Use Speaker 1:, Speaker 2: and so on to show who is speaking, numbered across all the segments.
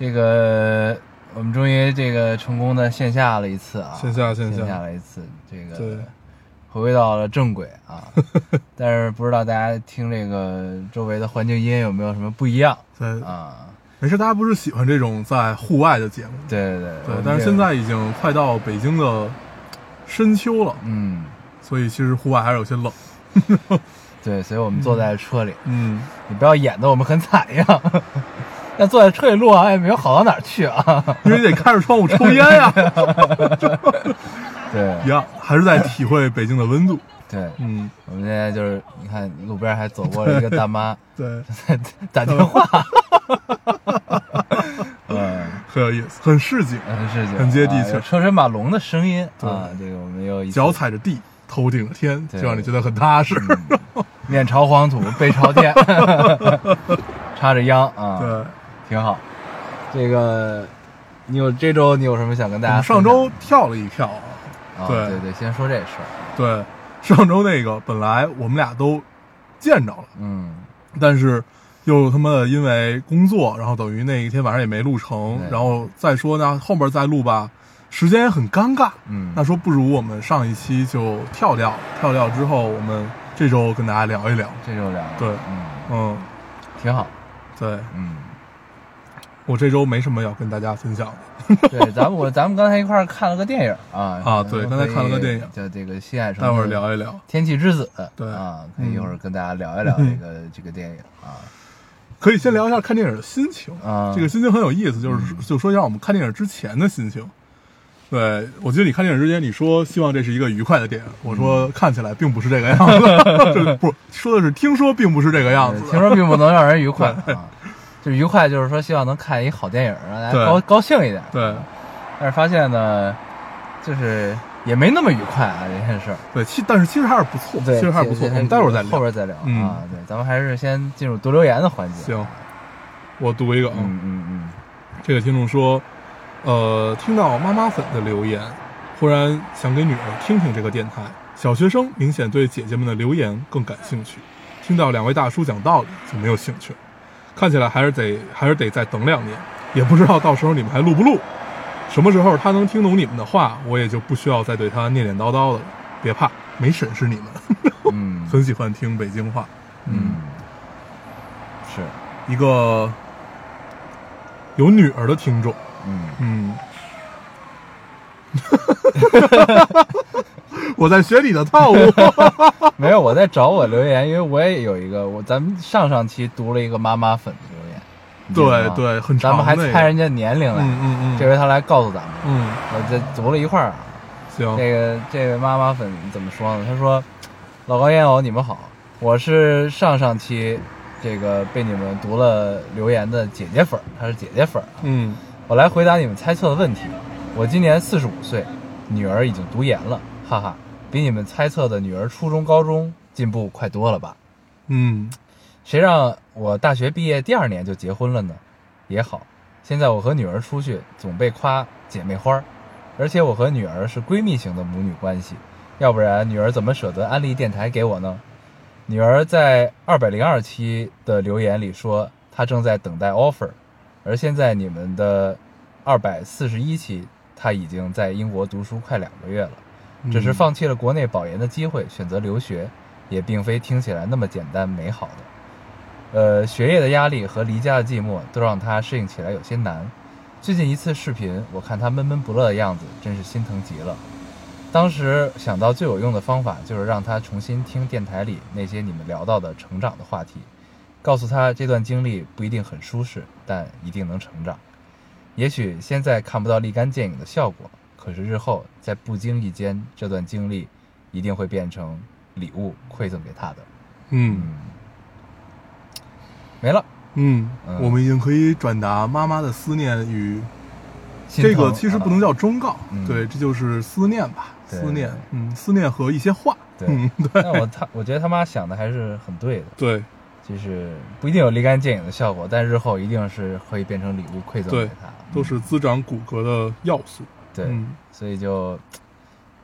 Speaker 1: 这个我们终于这个成功的线下了一次啊，
Speaker 2: 线下线
Speaker 1: 线
Speaker 2: 下
Speaker 1: 下了一次，这
Speaker 2: 对
Speaker 1: 个回归到了正轨 啊。但是不知道大家听这个周围的环境音有没有什么不一样
Speaker 2: 在
Speaker 1: 啊？
Speaker 2: 没事，大家不是喜欢这种在户外的节目？
Speaker 1: 对对嗯对
Speaker 2: 对
Speaker 1: 我们，
Speaker 2: 但是
Speaker 1: 这
Speaker 2: 现
Speaker 1: 个
Speaker 2: 在已经快到北京的深秋了，
Speaker 1: 嗯，
Speaker 2: 所以其实户外还是有些冷。
Speaker 1: 对，所以我们坐在车里，
Speaker 2: 嗯，
Speaker 1: 你不要演的我们很惨一样。 那坐在车里录好像也没有好到哪儿去啊。
Speaker 2: 因为得开着窗户抽烟呀，
Speaker 1: 对
Speaker 2: 一样，还是在体会北京的温度。
Speaker 1: 对，
Speaker 2: 嗯，
Speaker 1: 我们现在就是，你看路边还走过了一个大妈
Speaker 2: 对，
Speaker 1: 在打电话，嗯，
Speaker 2: 很有意思，很市井，
Speaker 1: 很是
Speaker 2: 很接地气
Speaker 1: 啊有车水马龙的声音
Speaker 2: 对
Speaker 1: 啊，这个我们又一次嗯
Speaker 2: 脚踩着地，头顶着天，
Speaker 1: 对
Speaker 2: 就让你觉得很踏实。
Speaker 1: 面朝黄土背朝天， 插着秧啊，
Speaker 2: 对，
Speaker 1: 挺好。这个你有这周你有什么想跟大
Speaker 2: 我
Speaker 1: 家
Speaker 2: 们
Speaker 1: 分享
Speaker 2: 上
Speaker 1: 的？
Speaker 2: 周跳了一跳啊，
Speaker 1: 啊，
Speaker 2: 对
Speaker 1: 对对，先说这事儿，
Speaker 2: 对，上周那个本来我们俩都见着了。
Speaker 1: 嗯，
Speaker 2: 但是又他妈的因为工作，然后等于那一天晚上也没录成，
Speaker 1: 对
Speaker 2: 然后再说呢，后边再录吧，时间也很尴尬。
Speaker 1: 嗯
Speaker 2: 那说不如我们上一期就跳掉，跳掉之后我们这周跟大家聊一聊。
Speaker 1: 这周聊
Speaker 2: 对
Speaker 1: 嗯，
Speaker 2: 嗯，
Speaker 1: 挺好，
Speaker 2: 对
Speaker 1: 嗯。
Speaker 2: 我这周没什么要跟大家分享的。
Speaker 1: 对，咱们我咱们刚才一块儿看了个电影啊
Speaker 2: 啊对刚才看了个电影
Speaker 1: 叫这个《新海诚》，
Speaker 2: 待会儿聊一聊。
Speaker 1: 《天气之子》。
Speaker 2: 对嗯
Speaker 1: 啊，可以一会儿跟大家聊一聊这 个、这个电影啊。
Speaker 2: 可以先聊一下看电影的心情
Speaker 1: 啊
Speaker 2: 这个心情很有意思，就是就说一下我们看电影之前的心情。对，我记得你看电影之前，你说希望这是一个愉快的电影，我说看起来并不是这个样 子，就是不说的是听说并不是这个样
Speaker 1: 对
Speaker 2: 子，
Speaker 1: 呃听说并不能让人愉快啊，就愉快就是说希望能看一好电影，让大家
Speaker 2: 对
Speaker 1: 高高兴一点。
Speaker 2: 对
Speaker 1: 但是发现呢，就是也没那么愉快啊，这件事儿。
Speaker 2: 对，其但是其实还是不错，
Speaker 1: 对，
Speaker 2: 其实还是不错，
Speaker 1: 这
Speaker 2: 我们待会儿再
Speaker 1: 后
Speaker 2: 聊。
Speaker 1: 边再聊、
Speaker 2: 嗯
Speaker 1: 啊。对，咱们还是先进入读留言的环节。
Speaker 2: 行，我读一个啊，
Speaker 1: 嗯嗯嗯，
Speaker 2: 这个听众说，呃，听到妈妈粉的留言，忽然想给女儿听听这个电台。小学生明显对姐姐们的留言更感兴趣，听到两位大叔讲道理就没有兴趣了。看起来还是得还是得再等两年，也不知道到时候你们还录不录。什么时候他能听懂你们的话，我也就不需要再对他念念叨叨的了。别怕，没审视你们，
Speaker 1: 嗯
Speaker 2: 很喜欢听北京话。
Speaker 1: 嗯，是，
Speaker 2: 一个有女儿的听众，
Speaker 1: 嗯，
Speaker 2: 嗯， 我在学你的套路。
Speaker 1: 没有，我在找我留言，因为我也有一个，我咱们上上期读了一个妈妈粉的留言，你记得
Speaker 2: 对
Speaker 1: 吗，
Speaker 2: 对，很
Speaker 1: 咱
Speaker 2: 长
Speaker 1: 们还
Speaker 2: 那个
Speaker 1: 猜人家年龄来，
Speaker 2: 嗯嗯嗯，
Speaker 1: 这回他来告诉咱们，
Speaker 2: 嗯
Speaker 1: 我这读了一块儿啊。
Speaker 2: 行，
Speaker 1: 这个这位妈妈粉怎么说呢？他说：“老高烟偶，你们好，我是上上期这个被你们读了留言的姐姐粉儿，她是姐姐粉儿啊。
Speaker 2: 嗯
Speaker 1: 我来回答你们猜测的问题。我今年四十五岁，女儿已经读研了，哈哈，比你们猜测的女儿初中、高中进步快多了吧？
Speaker 2: 嗯
Speaker 1: 谁让我大学毕业第二年就结婚了呢？也好，现在我和女儿出去总被夸姐妹花儿，而且我和女儿是闺蜜型的母女关系，要不然女儿怎么舍得安利电台给我呢？女儿在二百零二期的留言里说，她正在等待 offer，而现在你们的二百四十一期，她已经在英国读书快两个月了，
Speaker 2: 嗯
Speaker 1: 只是放弃了国内保研的机会，选择留学，也并非听起来那么简单美好的。呃，学业的压力和离家的寂寞都让他适应起来有些难。最近一次视频，我看他闷闷不乐的样子，真是心疼极了。当时想到最有用的方法，就是让他重新听电台里那些你们聊到的成长的话题，告诉他这段经历不一定很舒适，但一定能成长。也许现在看不到立竿见影的效果，可是日后在不经意间，这段经历一定会变成礼物馈赠给他的。
Speaker 2: 嗯
Speaker 1: 没了。
Speaker 2: 嗯嗯
Speaker 1: 嗯，
Speaker 2: 我们已经可以转达妈妈的思念与
Speaker 1: 心
Speaker 2: 这个，
Speaker 1: 疼
Speaker 2: 其实不能叫忠告
Speaker 1: 嗯，
Speaker 2: 对，这就是思念吧，
Speaker 1: 对
Speaker 2: 思念
Speaker 1: 对，
Speaker 2: 嗯，思念和一些话，
Speaker 1: 对
Speaker 2: 嗯，
Speaker 1: 啊那我他，我觉得他妈想的还是很对的，
Speaker 2: 对
Speaker 1: 就是不一定有立竿见影的效果，但日后一定是会变成礼物馈赠
Speaker 2: 对
Speaker 1: 给他，嗯
Speaker 2: 都是滋长骨骼的要素，
Speaker 1: 对，
Speaker 2: 嗯
Speaker 1: 所以就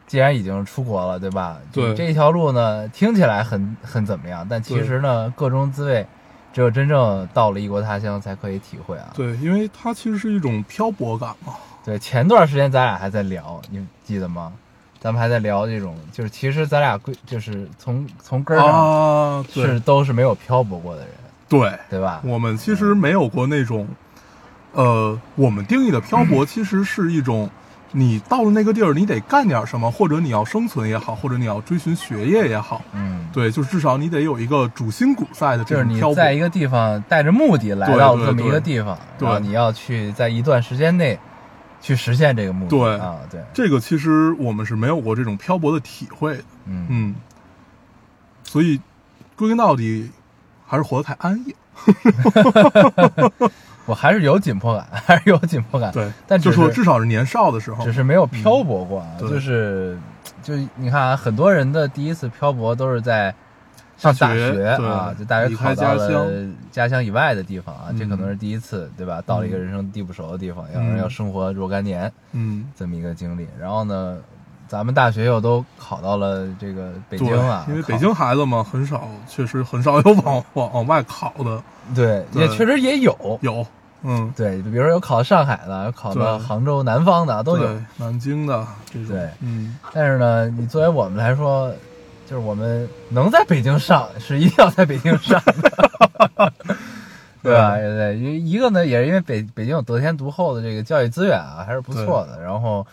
Speaker 1: 既然已经出国了，对吧？
Speaker 2: 对
Speaker 1: 就这条路呢，听起来很很怎么样，但其实呢，各中滋味，只有真正到了异国他乡才可以体会啊。
Speaker 2: 对，因为它其实是一种漂泊感嘛，
Speaker 1: 对，前段时间咱俩还在聊，你记得吗？咱们还在聊这种，就是其实咱俩归就是从从根儿上
Speaker 2: 啊，
Speaker 1: 是
Speaker 2: 对
Speaker 1: 都是没有漂泊过的人，
Speaker 2: 对，
Speaker 1: 对吧？
Speaker 2: 我们其实没有过那种，呃，我们定义的漂
Speaker 1: 嗯
Speaker 2: 泊其实是一种，你到了那个地儿，你得干点什么，或者你要生存也好，或者你要追寻学业也好，
Speaker 1: 嗯，
Speaker 2: 对，就是至少你得有一个主心骨在的
Speaker 1: 就
Speaker 2: 这
Speaker 1: 是
Speaker 2: 种
Speaker 1: 你
Speaker 2: 漂泊。
Speaker 1: 在一个地方带着目的来
Speaker 2: 对
Speaker 1: 到
Speaker 2: 对
Speaker 1: 这么一
Speaker 2: 对
Speaker 1: 个地方，
Speaker 2: 对
Speaker 1: 然后你要去在一段时间内去实现这个目的。
Speaker 2: 对
Speaker 1: 啊，对，
Speaker 2: 这个其实我们是没有过这种漂泊的体会的，
Speaker 1: 嗯
Speaker 2: 嗯，所以归根到底还是活得太安逸。
Speaker 1: 我还是有紧迫感，还是有紧迫感。
Speaker 2: 对，
Speaker 1: 但只
Speaker 2: 就是说至少是年少的时候
Speaker 1: 只，是没有漂泊过啊，
Speaker 2: 嗯对
Speaker 1: 就是就你看啊，很多人的第一次漂泊都是在上大
Speaker 2: 大学
Speaker 1: 啊，
Speaker 2: 对
Speaker 1: 就大学
Speaker 2: 离
Speaker 1: 考
Speaker 2: 开
Speaker 1: 到
Speaker 2: 家
Speaker 1: 了
Speaker 2: 乡
Speaker 1: 家乡以外的地方啊，这
Speaker 2: 嗯
Speaker 1: 可能是第一次对吧？到了一个人生地不熟的地方，要
Speaker 2: 嗯
Speaker 1: 要生活若干年
Speaker 2: 嗯，
Speaker 1: 这么一个经历。然后呢，咱们大学又都考到了这个北京啊，
Speaker 2: 对，因为北
Speaker 1: 考
Speaker 2: 京孩子嘛，很少，确实很少有往往往外考的，
Speaker 1: 对
Speaker 2: 对
Speaker 1: 也确实也有。
Speaker 2: 有，嗯，
Speaker 1: 对，比如说有考上海的，有考到
Speaker 2: 对
Speaker 1: 杭州南方的都有，
Speaker 2: 对，南京的这种，
Speaker 1: 对
Speaker 2: 嗯，
Speaker 1: 但是呢，你作为我们来说，就是我们能在北京上，是一定要在北京上 的，对吧？
Speaker 2: 嗯
Speaker 1: 对，因为一个呢，也是因为北北京有得天独厚的这个教育资源啊，还是不错的。然后，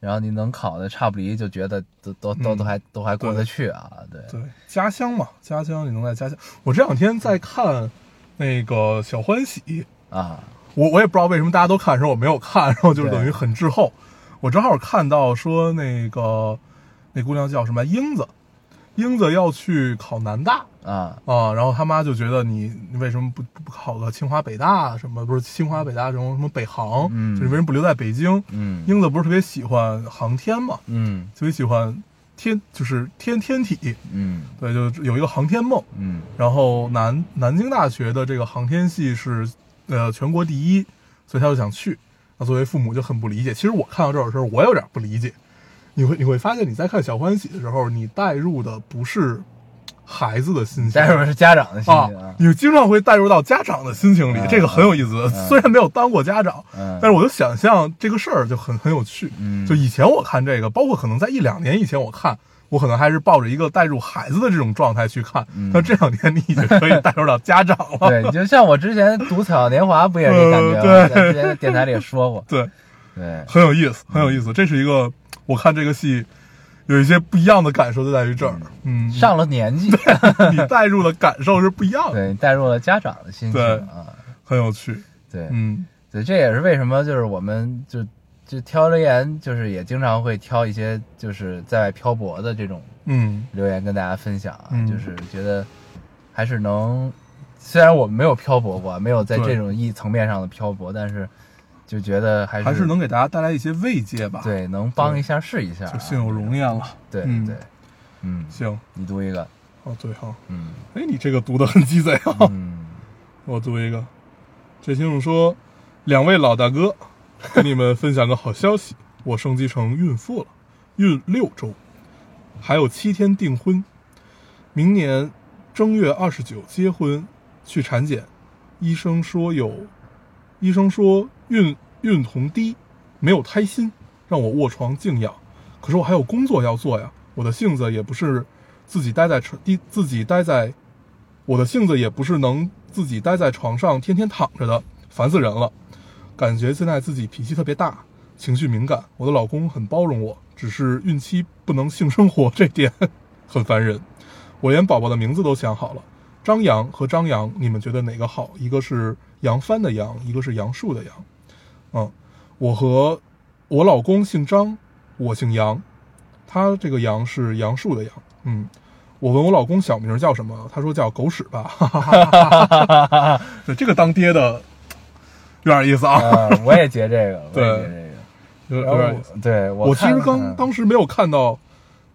Speaker 1: 然后你能考的差不离，就觉得都都都
Speaker 2: 嗯
Speaker 1: 都还都还过
Speaker 2: 对
Speaker 1: 得去啊，对。
Speaker 2: 对，家乡嘛，家乡你能在家乡。我这两天在看那个《小欢喜》，
Speaker 1: 啊，
Speaker 2: 我我也不知道为什么大家都看，然后我没有看，然后就是等于很滞后。我正好看到说那个那姑娘叫什么英子，英子要去考南大
Speaker 1: 啊，
Speaker 2: 啊，然后她妈就觉得你你为什么不不不考个清华北大什么？不是清华北大这种什么北航，
Speaker 1: 嗯
Speaker 2: 就是为什么不留在北京？
Speaker 1: 嗯
Speaker 2: 英子不是特别喜欢航天嘛，
Speaker 1: 嗯
Speaker 2: 特别喜欢天就是天天体，
Speaker 1: 嗯
Speaker 2: 对，就有一个航天梦。
Speaker 1: 嗯
Speaker 2: 然后南南京大学的这个航天系是呃全国第一，所以他就想去。那作为父母就很不理解。其实我看到这儿的时候，我有点不理解。你会你会发现，你在看《小欢喜》的时候，你带入的不是孩子的心情，
Speaker 1: 待会儿是家长的心
Speaker 2: 啊
Speaker 1: 情啊，，
Speaker 2: 你经常会带入到家长的心情里，
Speaker 1: 嗯
Speaker 2: 这个很有意思。
Speaker 1: 嗯
Speaker 2: 虽然没有当过家长，
Speaker 1: 嗯，
Speaker 2: 但是我就想象这个事儿就很很有趣。
Speaker 1: 嗯
Speaker 2: 就以前我看这个，包括可能在一两年以前我看，我可能还是抱着一个带入孩子的这种状态去看
Speaker 1: 嗯。
Speaker 2: 但这两年你已经可以带入到家长了。
Speaker 1: 对，你就像我之前读《草样年华》，不也是这感觉吗？
Speaker 2: 呃 对
Speaker 1: 在之前的电台里也说过，
Speaker 2: 对，
Speaker 1: 对，
Speaker 2: 很有意思，很有意思。这是一个我看这个戏有一些不一样的感受，就在于这儿。嗯，
Speaker 1: 上了年纪，
Speaker 2: 你带入的感受是不一样的，
Speaker 1: 对，带入了家长的心情
Speaker 2: 对
Speaker 1: 啊，
Speaker 2: 很有趣。
Speaker 1: 对，
Speaker 2: 嗯，
Speaker 1: 对，这也是为什么就是我们就就挑留言，就是也经常会挑一些就是在外漂泊的这种
Speaker 2: 嗯，
Speaker 1: 留言跟大家分享啊，
Speaker 2: 嗯
Speaker 1: 就是觉得还是能，虽然我们没有漂泊过，没有在
Speaker 2: 对
Speaker 1: 这种一层面上的漂泊，但是就觉得还是
Speaker 2: 还是能给大家带来一些慰藉吧。，
Speaker 1: 对能帮一下是一下啊、
Speaker 2: 就心有容焉了。
Speaker 1: 对
Speaker 2: 嗯
Speaker 1: 对，嗯，
Speaker 2: 行，
Speaker 1: 你读一个，
Speaker 2: 哦对哈、
Speaker 1: 嗯
Speaker 2: 哎，你这个读的很鸡贼啊。
Speaker 1: 嗯，
Speaker 2: 我读一个，这听众说：“两位老大哥，跟你们分享个好消息，我升级成孕妇了，孕六周，还有七天订婚，明年正月二十九结婚，去产检，医生说有，医生说孕孕酮低，没有胎心，让我卧床静养。可是我还有工作要做呀，我的性子也不是自己待在床，自己待在我的性子也不是能自己待在床上天天躺着的，烦死人了。感觉现在自己脾气特别大，情绪敏感。我的老公很包容我，只是孕期不能性生活这点很烦人。我连宝宝的名字都想好了，张扬和张扬，你们觉得哪个好？一个是扬帆的扬，一个是杨树的杨。嗯，我和我老公姓张，我姓杨，他这个杨是杨树的杨。嗯，我问我老公小名叫什么，他说叫狗屎吧。 哈哈哈哈哈哈对，这个当爹的有点意思啊，
Speaker 1: 啊，我也截这个，我
Speaker 2: 对
Speaker 1: 也截这个。
Speaker 2: 有
Speaker 1: 然
Speaker 2: 有点意
Speaker 1: 后
Speaker 2: 思。
Speaker 1: 我对我
Speaker 2: 我其实
Speaker 1: 看嗯
Speaker 2: 刚当时没有看到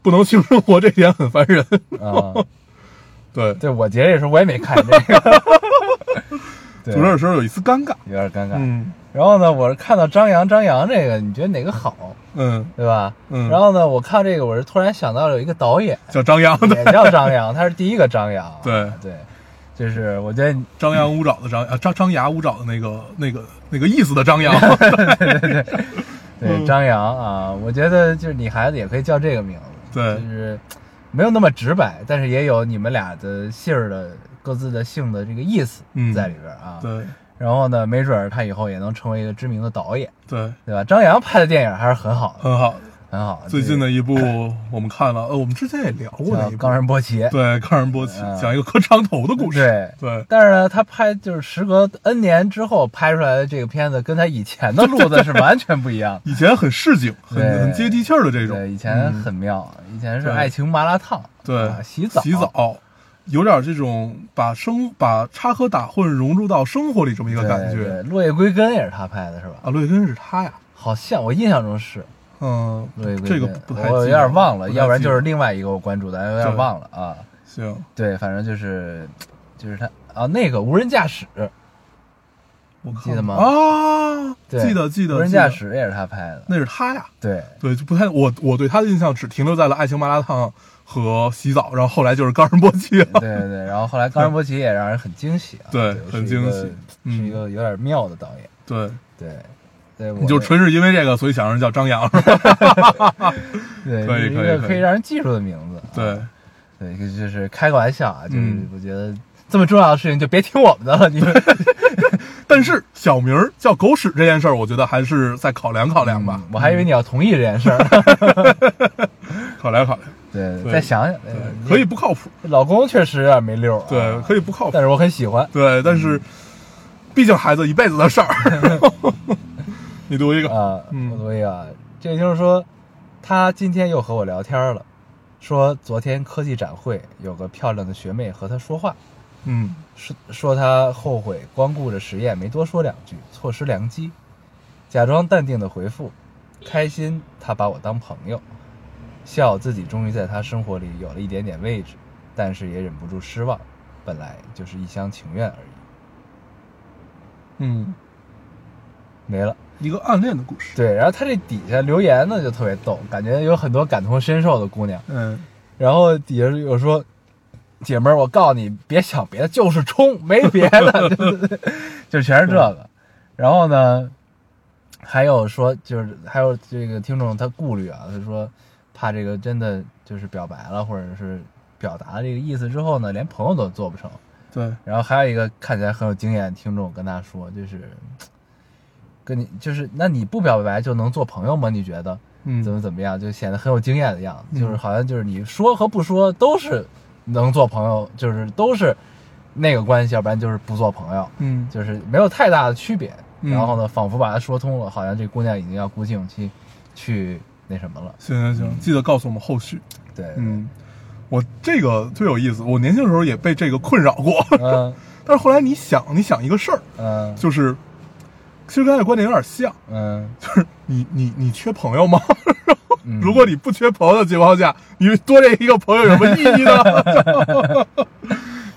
Speaker 2: 不能性生活这点很烦人。
Speaker 1: 啊，
Speaker 2: 对，
Speaker 1: 对我截这时候我也没看这个，对，
Speaker 2: 主要是有一丝尴尬。
Speaker 1: 有点尴尬。
Speaker 2: 嗯
Speaker 1: 然后呢，我是看到张扬张扬这个，你觉得哪个好，
Speaker 2: 嗯
Speaker 1: 对吧？
Speaker 2: 嗯，
Speaker 1: 然后呢，我看这个，我是突然想到了有一个导 演
Speaker 2: 叫张扬，
Speaker 1: 也叫张扬，他是第一个张扬啊，
Speaker 2: 对
Speaker 1: 对，就是我觉得
Speaker 2: 张扬舞爪的张啊，张张牙舞爪的那个那个那个意思的张扬。
Speaker 1: 对
Speaker 2: 嗯
Speaker 1: 张扬啊，我觉得就是你孩子也可以叫这个名字，
Speaker 2: 对
Speaker 1: 就是没有那么直白，但是也有你们俩的姓儿的各自的姓的这个意思
Speaker 2: 嗯
Speaker 1: 在里边啊。
Speaker 2: 对
Speaker 1: 然后呢，没准儿他以后也能成为一个知名的导演，
Speaker 2: 对，
Speaker 1: 对吧？张扬拍的电影还是很好的，
Speaker 2: 很好。
Speaker 1: 很好。
Speaker 2: 最近的一部我们看了，呃，我们之前也聊
Speaker 1: 这
Speaker 2: 过
Speaker 1: 个
Speaker 2: 那
Speaker 1: 叫
Speaker 2: 一
Speaker 1: 《
Speaker 2: 部，
Speaker 1: 冈仁波齐》，
Speaker 2: 对，冈仁波齐
Speaker 1: 嗯
Speaker 2: 讲一个磕长头的故事。
Speaker 1: 对。
Speaker 2: 对
Speaker 1: 但是呢，他拍就是时隔 N 年之后拍出来的这个片子，跟他以前的路子是完全不一样的。
Speaker 2: 以前很市井，很
Speaker 1: 对
Speaker 2: 很接地气儿 的这种。
Speaker 1: 对，以前
Speaker 2: 嗯
Speaker 1: 很妙，以前是
Speaker 2: 对
Speaker 1: 爱情麻辣烫，
Speaker 2: 对
Speaker 1: 啊、洗澡
Speaker 2: 洗澡，有点这种把生把插科打诨融入到生活里这么一个
Speaker 1: 对
Speaker 2: 感
Speaker 1: 哎对
Speaker 2: 觉。
Speaker 1: 落叶归根也是他拍的，是吧？
Speaker 2: 啊，洛根是他呀，
Speaker 1: 好像我印象中是
Speaker 2: 嗯
Speaker 1: 落叶，归根，
Speaker 2: 这个不不太记得，
Speaker 1: 我有点忘了，
Speaker 2: 太
Speaker 1: 要不然
Speaker 2: 记得
Speaker 1: 就是另外一个我关注的，哎有点
Speaker 2: 对
Speaker 1: 忘了啊。
Speaker 2: 行，
Speaker 1: 对，反正就是就是他啊，那个无人驾驶，
Speaker 2: 我看
Speaker 1: 记得吗
Speaker 2: 啊，
Speaker 1: 对，
Speaker 2: 记得记得，
Speaker 1: 无人
Speaker 2: 记得
Speaker 1: 驾驶也是他拍的，
Speaker 2: 那是他呀。
Speaker 1: 对
Speaker 2: 对，就不太我我对他的印象只停留在了爱情麻辣烫和洗澡，然后后来就是冈仁波齐了。
Speaker 1: 对对对。然后后来冈仁波齐也让人很惊喜啊，
Speaker 2: 对
Speaker 1: 对，是
Speaker 2: 很
Speaker 1: 一
Speaker 2: 惊
Speaker 1: 个
Speaker 2: 喜
Speaker 1: 是一
Speaker 2: 嗯
Speaker 1: 个有点妙的导演，
Speaker 2: 对，
Speaker 1: 对。对，我
Speaker 2: 你就
Speaker 1: 的
Speaker 2: 纯是因为这个，所以想让人叫张扬 是吧？
Speaker 1: 对，
Speaker 2: 可以
Speaker 1: 是一
Speaker 2: 可以
Speaker 1: 个
Speaker 2: 可
Speaker 1: 可以
Speaker 2: 以
Speaker 1: 让人记住的名字啊。
Speaker 2: 对，
Speaker 1: 对，就就是开个玩笑啊，就是
Speaker 2: 嗯
Speaker 1: 我觉得这么重要的事情就别听我们的了， 你们
Speaker 2: 但是小名儿叫狗屎这件事儿，我觉得还是再考量考量吧
Speaker 1: 嗯，我还以为你要同意这件事儿，
Speaker 2: 考量考量。
Speaker 1: 对，
Speaker 2: 对
Speaker 1: 再想想，
Speaker 2: 对
Speaker 1: 哎，
Speaker 2: 可以不靠谱，
Speaker 1: 老公确实有点没溜儿啊，
Speaker 2: 对，可以不靠谱
Speaker 1: 但，是我很喜欢，
Speaker 2: 对，但是毕竟孩子一辈子的事儿。 你读一个，
Speaker 1: 啊，
Speaker 2: 嗯
Speaker 1: 我同意啊。这就是说，他今天又和我聊天了，说昨天科技展会有个漂亮的学妹和他说话，
Speaker 2: 嗯
Speaker 1: 说说他后悔光顾着实验没多说两句，错失良机，假装淡定的回复，开心他把我当朋友，笑自己终于在他生活里有了一点点位置，但是也忍不住失望，本来就是一厢情愿而已，
Speaker 2: 嗯，
Speaker 1: 没了。
Speaker 2: 一个暗恋的故事，
Speaker 1: 对，然后他这底下留言呢就特别逗，感觉有很多感同身受的姑娘。
Speaker 2: 嗯，
Speaker 1: 然后底下有说：“姐们儿，我告诉你，别想别的，就是冲，没别的， 就是就全是这个。”然后呢，还有说，就是还有这个听众他顾虑啊，他说怕这个真的就是表白了，或者是表达了这个意思之后呢，连朋友都做不成。
Speaker 2: 对，
Speaker 1: 然后还有一个看起来很有经验的听众跟他说，就是跟你就是那你不表白就能做朋友吗？你觉得？怎么
Speaker 2: 嗯，
Speaker 1: 怎么样，就显得很有经验的样子，
Speaker 2: 嗯
Speaker 1: 就是好像就是你说和不说都是能做朋友，就是都是那个关系，要不然就是不做朋友，
Speaker 2: 嗯，
Speaker 1: 就是没有太大的区别。
Speaker 2: 嗯
Speaker 1: 然后呢，仿佛把它说通了，好像这姑娘已经要鼓起勇气去那什么了。
Speaker 2: 行行行，记得告诉我们后续。
Speaker 1: 对，对
Speaker 2: 嗯，我这个最有意思，我年轻的时候也被这个困扰过，
Speaker 1: 嗯
Speaker 2: 但是后来你想，你想一个事儿，
Speaker 1: 嗯
Speaker 2: 就是其实跟他的观点有点像，
Speaker 1: 嗯
Speaker 2: 就是你你你缺朋友吗？
Speaker 1: 嗯，
Speaker 2: 如果你不缺朋友的情况下，你多这一个朋友有什么意义 呢？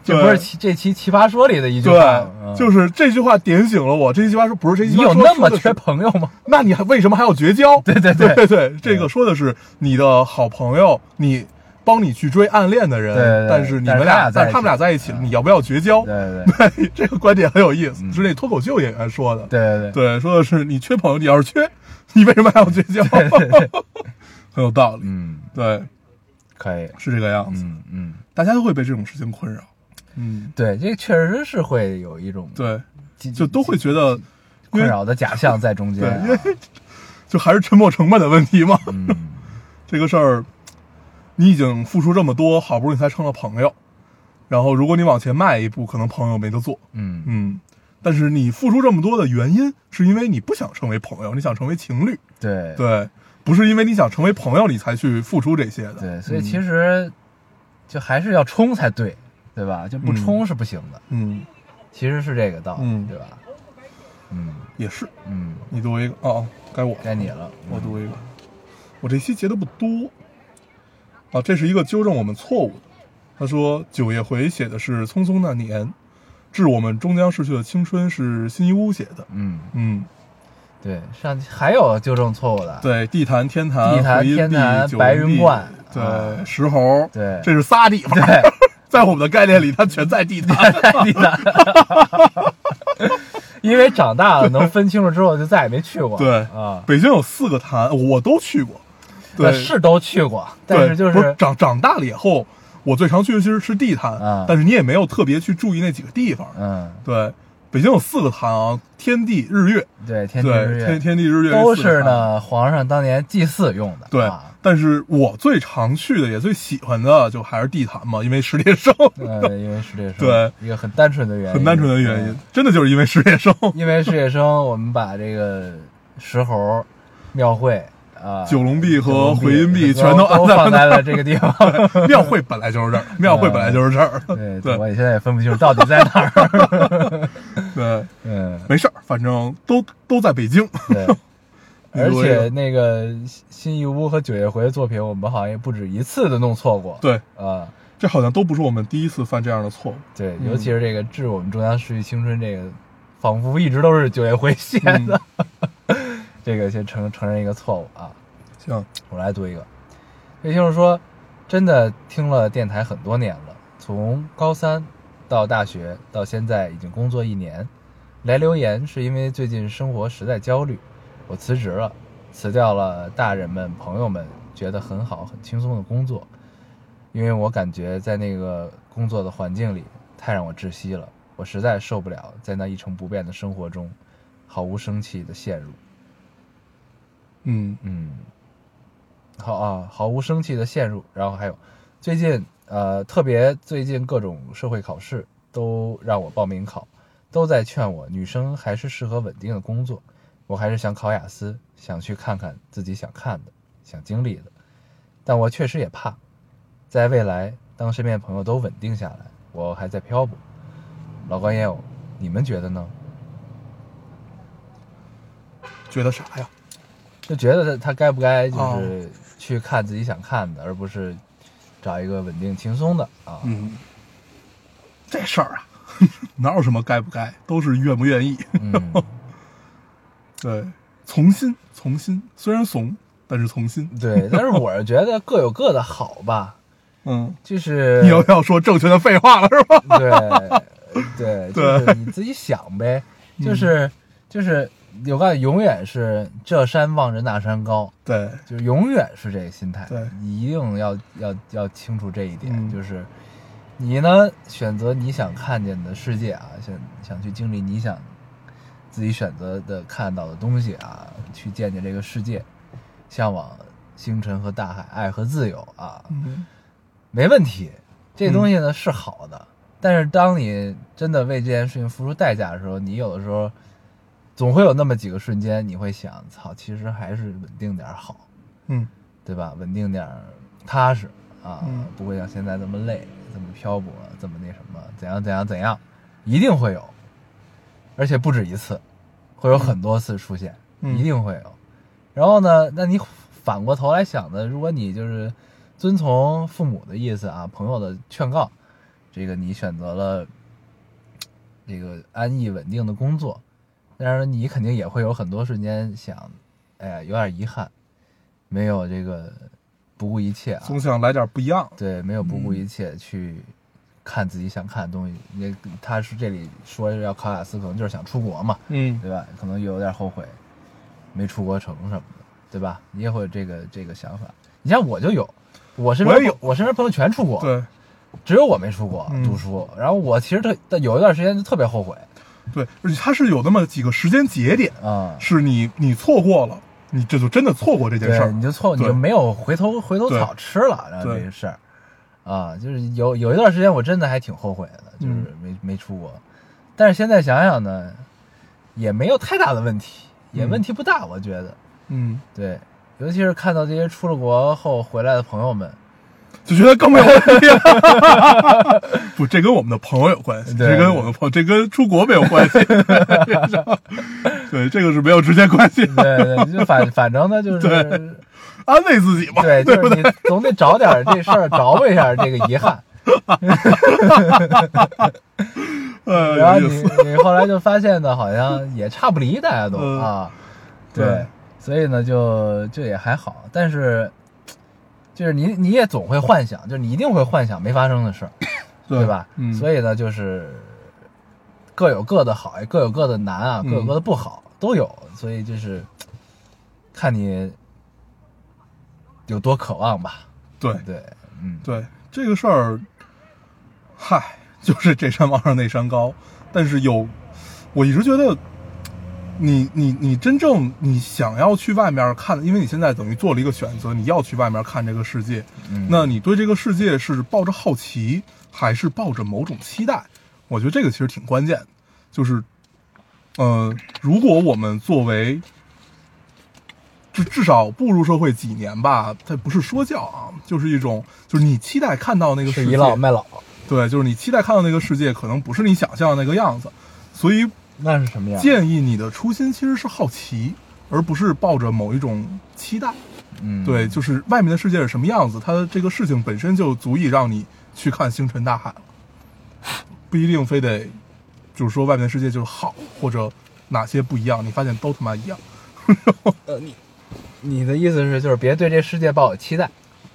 Speaker 1: 这不是奇这期《奇葩说》里的一句
Speaker 2: 对
Speaker 1: 话吗，嗯
Speaker 2: 就是这句话点醒了我。这句话说不是这
Speaker 1: 你
Speaker 2: 句话
Speaker 1: 有
Speaker 2: 说
Speaker 1: 那么
Speaker 2: 说的是
Speaker 1: 缺朋友吗？
Speaker 2: 那你还为什么还要绝交？
Speaker 1: 对对对
Speaker 2: 对对这个说的是你的好朋友，你帮你去追暗恋的人，
Speaker 1: 对对对
Speaker 2: 但是你们俩，
Speaker 1: 但
Speaker 2: 但
Speaker 1: 是他
Speaker 2: 是
Speaker 1: 们
Speaker 2: 他们
Speaker 1: 俩
Speaker 2: 俩
Speaker 1: 在
Speaker 2: 在
Speaker 1: 一
Speaker 2: 一
Speaker 1: 起嗯
Speaker 2: 起，你要不要绝 交？
Speaker 1: 对对
Speaker 2: 对， 这个观点很有意思，
Speaker 1: 嗯
Speaker 2: 是那脱口秀演员说的。
Speaker 1: 对对对，
Speaker 2: 对，说的是你缺朋友，你要是缺，你为什么还要绝交？ 很有道理。
Speaker 1: 嗯，
Speaker 2: 对，
Speaker 1: 可以，
Speaker 2: 是这个样子，
Speaker 1: 嗯嗯，
Speaker 2: 大家都会被这种事情困扰。嗯，
Speaker 1: 对，这确实是会有一种
Speaker 2: 对，
Speaker 1: 就
Speaker 2: 就都会觉得，因
Speaker 1: 嗯困
Speaker 2: 为
Speaker 1: 扰的假象在中间、
Speaker 2: 对，
Speaker 1: 啊
Speaker 2: 因。为就还是沉没成本的问题嘛。
Speaker 1: 嗯，
Speaker 2: 这个事儿，你已经付出这么多，好不容易才成了朋友，然后如果你往前迈一步，可能朋友没得做，
Speaker 1: 嗯，
Speaker 2: 嗯。但是你付出这么多的原因，是因为你不想成为朋友，你想成为情侣，
Speaker 1: 对嗯
Speaker 2: 对，不是因为你想成为朋友你才去付出这些的，
Speaker 1: 对所以其实、就还是要冲才对，对吧？就不冲是不行的，
Speaker 2: 嗯，
Speaker 1: 其实是这个道理，
Speaker 2: 嗯
Speaker 1: 对吧？嗯
Speaker 2: 也是。
Speaker 1: 嗯，
Speaker 2: 你读一个哦，该我了
Speaker 1: 该你了，
Speaker 2: 我读一个，我这期截的不多啊，这是一个纠正我们错误的。他说九叶回写的是《匆匆那年》，致我们终将逝去的青春是新一屋写的。
Speaker 1: 嗯，
Speaker 2: 嗯，
Speaker 1: 对，上期还有纠正错误的，啊
Speaker 2: 对，地坛、天坛、
Speaker 1: 地坛
Speaker 2: 回音
Speaker 1: 天坛
Speaker 2: 壁
Speaker 1: 白云观
Speaker 2: 九云壁
Speaker 1: 啊
Speaker 2: 对，石猴，
Speaker 1: 对
Speaker 2: 这是仨地方。
Speaker 1: 对，
Speaker 2: 在我们的概念里，它全在地坛。
Speaker 1: 地坛，因为长大了能分清楚之后，就再也没去过。
Speaker 2: 对
Speaker 1: 啊，
Speaker 2: 北京有四个坛，我都去过。对，
Speaker 1: 呃是都去过，
Speaker 2: 对，
Speaker 1: 但是就
Speaker 2: 不是长长大了以后，我最常去的其实是地坛，
Speaker 1: 啊
Speaker 2: 但是你也没有特别去注意那几个地方。
Speaker 1: 嗯，
Speaker 2: 对，北京有四个坛啊，天地日月，
Speaker 1: 对，天地日
Speaker 2: 对，
Speaker 1: 月
Speaker 2: 天天地日月
Speaker 1: 都
Speaker 2: 四个
Speaker 1: 是
Speaker 2: 坛。
Speaker 1: 呢，皇上当年祭祀用的。
Speaker 2: 对
Speaker 1: 啊，
Speaker 2: 但是我最常去的也最喜欢的就还是地坛嘛，因为史铁生，
Speaker 1: 呃，因为史铁生，
Speaker 2: 对，
Speaker 1: 一个很单纯的原因，
Speaker 2: 很单纯的原因
Speaker 1: 嗯。，
Speaker 2: 真的就是因为史铁生。
Speaker 1: 因为史铁生，我们把这个石猴庙会啊，
Speaker 2: 九龙壁和
Speaker 1: 九龙
Speaker 2: 回音壁
Speaker 1: 都
Speaker 2: 全都安
Speaker 1: 都
Speaker 2: 在了
Speaker 1: 放在了这个地方。
Speaker 2: 庙会本来就是这儿，庙会本来就是这儿。
Speaker 1: 对，
Speaker 2: 对
Speaker 1: 我也现在也分不清楚到底在哪 儿。
Speaker 2: 对，
Speaker 1: 嗯，
Speaker 2: 没事儿，反正都都在北京。
Speaker 1: 对，而
Speaker 2: 如果
Speaker 1: 且
Speaker 2: 有
Speaker 1: 那个新新义屋和九月回的作品，我们好像也不止一次的弄错过。
Speaker 2: 对，
Speaker 1: 啊、
Speaker 2: 这好像都不是我们第一次犯这样的错误。
Speaker 1: 对，
Speaker 2: 嗯
Speaker 1: 尤其是这个“致我们终将逝去青春”这个，仿佛一直都是九月回写的。
Speaker 2: 嗯
Speaker 1: 这个先承承认一个错误啊！
Speaker 2: 行，
Speaker 1: 我来读一个，也就是说，真的听了电台很多年了，从高三到大学到现在已经工作一年。来留言是因为最近生活实在焦虑，我辞职了，辞掉了大人们朋友们觉得很好很轻松的工作，因为我感觉在那个工作的环境里太让我窒息了，我实在受不了在那一成不变的生活中毫无生气的陷入。
Speaker 2: 嗯
Speaker 1: 嗯，好啊，毫无生气的陷入。然后还有，最近呃，特别最近各种社会考试都让我报名考，都在劝我女生还是适合稳定的工作，我还是想考雅思，想去看看自己想看的、想经历的。但我确实也怕，在未来当身边朋友都稳定下来，我还在漂泊。老关烟友，你们觉得呢？
Speaker 2: 觉得啥呀？
Speaker 1: 就觉得他他该不该就
Speaker 2: 哦
Speaker 1: 是去看自己想看的，而不是找一个稳定轻松的啊。
Speaker 2: 嗯，这事儿啊， 哪有什么该不该，都是愿不愿意。
Speaker 1: 嗯，
Speaker 2: 对，从心，从心，虽然怂，但是从心。
Speaker 1: 对。但是我是觉得各有各的好吧，
Speaker 2: 嗯，
Speaker 1: 就是
Speaker 2: 你又要说正确的废话了是吧？
Speaker 1: 对 对，就是
Speaker 2: 对嗯
Speaker 1: 你自己想呗，就是就是有个永远是这山望着那山高，
Speaker 2: 对，
Speaker 1: 就是永远是这个心态，
Speaker 2: 对
Speaker 1: 你一定要要要清楚这一点，
Speaker 2: 嗯
Speaker 1: 就是你呢选择你想看见的世界啊，想想去经历你想自己选择的看到的东西啊，去见见这个世界，向往星辰和大海，爱和自由啊，
Speaker 2: 嗯
Speaker 1: 没问题，这东西呢、是好的，但是当你真的为这件事情付出代价的时候，你有的时候总会有那么几个瞬间，你会想，操，其实还是稳定点儿好。
Speaker 2: 嗯
Speaker 1: 对吧？稳定点儿，踏实啊，
Speaker 2: 嗯
Speaker 1: 不会像现在这么累，这么漂泊，这么那什么，怎样怎样怎样，一定会有，而且不止一次，会有很多次出现，
Speaker 2: 嗯
Speaker 1: 一定会有。然后呢，那你反过头来想呢，如果你就是遵从父母的意思啊，朋友的劝告，这个你选择了这个安逸稳定的工作，但是你肯定也会有很多瞬间想，哎呀，有点遗憾，没有这个不顾一切啊，
Speaker 2: 总想来点不一样。
Speaker 1: 对，没有不顾
Speaker 2: 嗯
Speaker 1: 一切去看自己想看的东西。那他是这里说要考雅思，可能就是想出国嘛，
Speaker 2: 嗯
Speaker 1: 对吧？可能有点后悔没出国成什么的，对吧？你也会有这个这个想法。你像我就有，我身边
Speaker 2: 我也有
Speaker 1: 我身边朋友全出国，
Speaker 2: 对
Speaker 1: 只有我没出国
Speaker 2: 嗯
Speaker 1: 读书。然后我其实特但有一段时间就特别后悔
Speaker 2: 对，而且它是有那么几个时间节点，
Speaker 1: 啊。
Speaker 2: 是你你错过了，你这就真的错过这件事
Speaker 1: 对，
Speaker 2: 儿
Speaker 1: 你。就错，你
Speaker 2: 对
Speaker 1: 就没有回头回头
Speaker 2: 对
Speaker 1: 草吃了，然后
Speaker 2: 对
Speaker 1: 这个事儿，啊，就是有有一段时间我真的还挺后悔的，就是
Speaker 2: 嗯
Speaker 1: 没、没出国，但是现在想想呢，也没有太大的问题，也
Speaker 2: 嗯
Speaker 1: 问题不大，我觉得，
Speaker 2: 嗯
Speaker 1: 对，尤其是看到这些出了国后回来的朋友们，
Speaker 2: 就觉得更没有问题啊了。 不，这跟我们的朋友有关系，
Speaker 1: 对
Speaker 2: 这跟我们朋友，这跟出国没有关 系。对，这个是没有直接关系的。
Speaker 1: 对对，就反反正呢，就是
Speaker 2: 对安慰自己嘛，
Speaker 1: 对，
Speaker 2: 对
Speaker 1: 就
Speaker 2: 不
Speaker 1: 是
Speaker 2: 对
Speaker 1: 你？总得找点儿这事儿着补一下这个遗憾。然
Speaker 2: 呃，
Speaker 1: 后
Speaker 2: 有
Speaker 1: 你
Speaker 2: 意思。
Speaker 1: 你后来就发现呢，好像也差不离，大家都
Speaker 2: 嗯
Speaker 1: 啊，
Speaker 2: 对
Speaker 1: 对，所以呢就就也还好，但是就是你你也总会幻想，就是你一定会幻想没发生的事儿，
Speaker 2: 对
Speaker 1: 对吧？
Speaker 2: 嗯
Speaker 1: 所以呢就是各有各的好，也各有各的难啊，
Speaker 2: 嗯
Speaker 1: 各有各的不好都有，所以就是看你有多渴望吧。
Speaker 2: 对
Speaker 1: 对，嗯，
Speaker 2: 对这个事儿，嗨，就是这山望上那山高，但是有，我一直觉得。你你你真正你想要去外面看，因为你现在等于做了一个选择，你要去外面看这个世界，
Speaker 1: 嗯
Speaker 2: 那你对这个世界是抱着好奇，还是抱着某种期待？我觉得这个其实挺关键的，就是，呃，如果我们作为，至至少步入社会几年吧，它不是说教啊，就是一种，就是你期待看到那个世
Speaker 1: 是
Speaker 2: 界，
Speaker 1: 倚老卖老，
Speaker 2: 对，就是你期待看到那个世界，可能不是你想象的那个样子，所以
Speaker 1: 那是什么样？
Speaker 2: 建议你的初心其实是好奇，而不是抱着某一种期待。
Speaker 1: 嗯，
Speaker 2: 对，就是外面的世界是什么样子，它这个事情本身就足以让你去看星辰大海了，不一定非得就是说外面的世界就是好或者哪些不一样，你发现都他妈一样。
Speaker 1: 你的意思是，就是别对这世界抱有期待。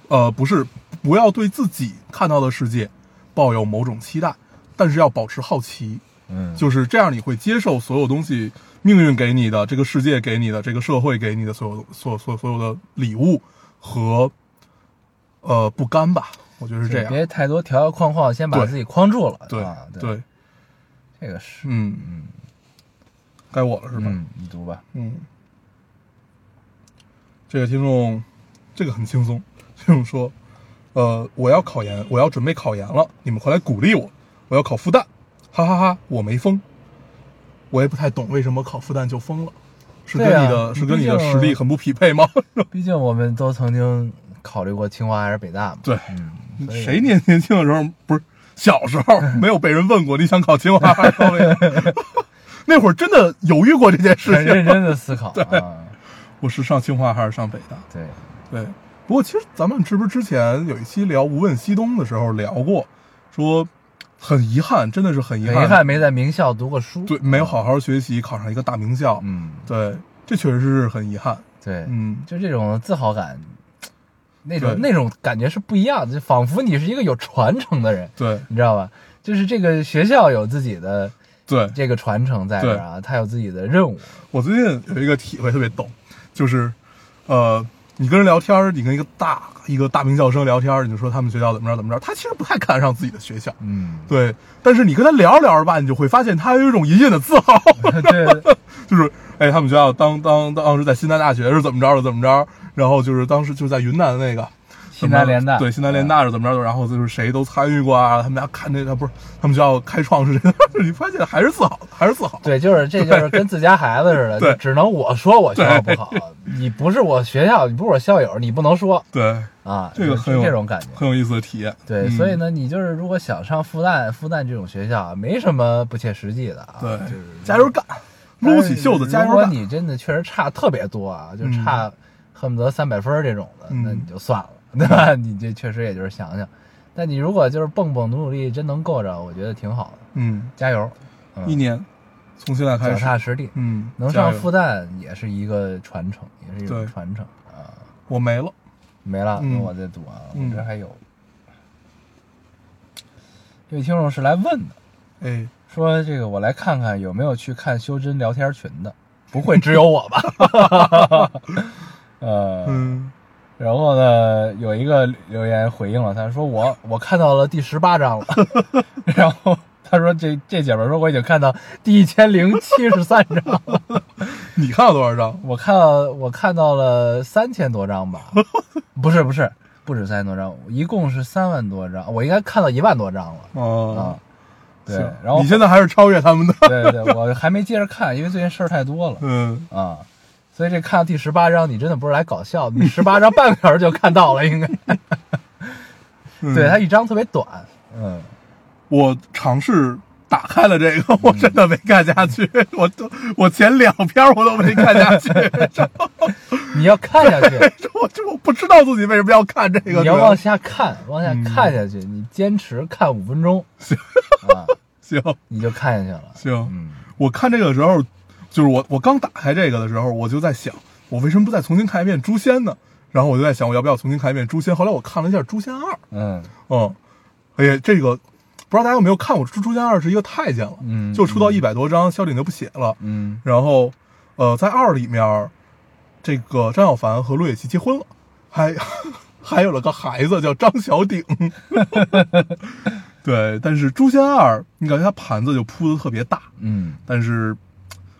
Speaker 2: 呃，不是，不要对自己看到的世界抱有某种期待，但是要保持好奇，
Speaker 1: 嗯
Speaker 2: 就是这样，你会接受所有东西，命运给你的，这个世界给你的，这个社会给你的所有所所所有的礼物和呃不甘吧，我觉得是这样。
Speaker 1: 别太多条条框框，先把
Speaker 2: 对
Speaker 1: 自己框住了。
Speaker 2: 对、
Speaker 1: 啊、对，
Speaker 2: 对，
Speaker 1: 这个是，
Speaker 2: 嗯，该我了是吧？
Speaker 1: 嗯，你读吧。
Speaker 2: 嗯这个听众，这个很轻松。 听众说，呃，我要考研，我要准备考研了，你们快来鼓励我，我要考复旦，哈哈哈我没疯。我也不太懂为什么考复旦就疯了，是跟
Speaker 1: 对啊
Speaker 2: 你的、是跟你的
Speaker 1: 毕竟
Speaker 2: 实力很不匹配吗？
Speaker 1: 毕竟我们都曾经考虑过清华还是北大嘛。
Speaker 2: 对，
Speaker 1: 嗯，所以
Speaker 2: 谁年年轻的时候不是小时 候没有被人问过你想考清华还是考北大？ 那会儿真的犹豫过这件事
Speaker 1: 很
Speaker 2: 情
Speaker 1: 认，真的思考。啊，
Speaker 2: 我是上清华还是上北大？
Speaker 1: 对，
Speaker 2: 对，不过其实咱们是不是之前有一期聊《无问西东》的时候聊过，说很遗憾，真的是很遗
Speaker 1: 很
Speaker 2: 憾，
Speaker 1: 遗憾没在名校读过书。
Speaker 2: 对，没有好好学习，考上一个大名校。
Speaker 1: 嗯，
Speaker 2: 对，这确实是很遗憾。
Speaker 1: 对，
Speaker 2: 嗯，
Speaker 1: 就这种自豪感，那种
Speaker 2: 对
Speaker 1: 那种感觉是不一样的，就仿佛你是一个有传承的人，
Speaker 2: 对
Speaker 1: 你知道吧？就是这个学校有自己的
Speaker 2: 对，
Speaker 1: 这个传承在这儿啊，它有自己的任务。
Speaker 2: 我最近有一个体会特别逗，就是，呃，你跟人聊天儿，你跟一个大一个大名校生聊天儿，你就说他们学校怎么着怎么着，他其实不太看得上自己的学校。
Speaker 1: 嗯，
Speaker 2: 对，但是你跟他聊着聊着吧，你就会发现他有一种隐隐的 自豪。
Speaker 1: 对，
Speaker 2: 就是哎，他们学校当当当时在西南大学是怎么着是怎么着，然后就是当时就是在云南的那个
Speaker 1: 西南联大，
Speaker 2: 什么 对西南联大是怎么着的，然后就是谁都参与过啊，他们家看这个不是他们学校开创是谁， 你发现还是自豪，还是自豪，
Speaker 1: 嗯对，就是这就是跟自家孩子似的，
Speaker 2: 对
Speaker 1: 就只能我说我学校不
Speaker 2: 对
Speaker 1: 好， 你不是我学校，你不是我校友，你不能说
Speaker 2: 对，
Speaker 1: 啊，
Speaker 2: 这
Speaker 1: 就
Speaker 2: 个
Speaker 1: 是
Speaker 2: 很有
Speaker 1: 这种感觉。
Speaker 2: 很有意思的体验。
Speaker 1: 对，
Speaker 2: 嗯
Speaker 1: 所以，呢，你就是如果想上复旦，复旦这种学校啊没什么不切实际的啊，
Speaker 2: 对
Speaker 1: 就是，
Speaker 2: 加油干，
Speaker 1: 但
Speaker 2: 撸
Speaker 1: 是
Speaker 2: 起袖子加
Speaker 1: 如
Speaker 2: 油
Speaker 1: 果
Speaker 2: 干，
Speaker 1: 你真的确实差特别多啊，就
Speaker 2: 嗯
Speaker 1: 差恨不得三百分儿这种的，
Speaker 2: 嗯
Speaker 1: 那你就算了，对吧？ 你这确实也就是想想，但你如果就是蹦蹦努努力，真能够着，我觉得挺好的，
Speaker 2: 嗯，
Speaker 1: 加油，
Speaker 2: 一年从现在开
Speaker 1: 脚
Speaker 2: 始，
Speaker 1: 踏实地，
Speaker 2: 嗯，
Speaker 1: 能
Speaker 2: 加
Speaker 1: 上
Speaker 2: 油
Speaker 1: 复旦也是一个传承，也是一种
Speaker 2: 对
Speaker 1: 传承啊。
Speaker 2: 我没了，
Speaker 1: 没了，
Speaker 2: 嗯
Speaker 1: 那我再读啊，
Speaker 2: 嗯
Speaker 1: 我这还有。这位听众是来问的，
Speaker 2: 哎，
Speaker 1: 说这个我来看看有没有去看修真聊天群的，不会只有我吧？ 呃，
Speaker 2: 嗯，
Speaker 1: 然后呢，有一个留言回应了他，说我我看到了第十八章了， 然后他说这这姐们儿说我已经看到第一千零七十三章了。
Speaker 2: 你看了多少张？
Speaker 1: 我看到我看到了三千多张 吧，不是不是，不止三千多张，一共是三万多张，我应该看到一万多张了
Speaker 2: 哦
Speaker 1: 啊，。对
Speaker 2: 行，
Speaker 1: 然后
Speaker 2: 你现在还是超越他们的，
Speaker 1: 对对对，我还没接着看，因为最近事儿太多了
Speaker 2: 嗯，
Speaker 1: 啊，所以这看到第十八章，你真的不是来搞笑的，你十八章半个小时就看到了，应该。
Speaker 2: 嗯
Speaker 1: 对，它一张特别短，嗯，
Speaker 2: 我尝试打开了这个， 我真的没看下去，
Speaker 1: 嗯
Speaker 2: 我都我前两篇我都没看下 去，
Speaker 1: 你要看下去，
Speaker 2: 我就我不知道自己为什么要看 这个。嗯
Speaker 1: 你要
Speaker 2: 主要
Speaker 1: 往下看，往下看下去，你坚持看五分钟，啊，
Speaker 2: 行
Speaker 1: 你就看下去了。
Speaker 2: 行，
Speaker 1: 嗯，
Speaker 2: 我看这个时候，就是我我刚打开这个的时候，我就在想，我为什么不再重新看一遍《诛仙》呢？然后我就在想，我要不要重新看一遍《诛仙》？后来我看了一下《诛仙二》，
Speaker 1: 嗯
Speaker 2: 嗯，哎呀，这个不知道大家有没有看过《诛诛仙二》是一个太监了，
Speaker 1: 嗯
Speaker 2: 就出到一百多章，萧鼎就不写了，
Speaker 1: 嗯
Speaker 2: 然后，呃，在二里面，这个张小凡和陆雪琪结婚了，还 还有了个孩子叫张小鼎。 对，但是《诛仙二》，你感觉他盘子就铺的特别大，
Speaker 1: 嗯
Speaker 2: 但是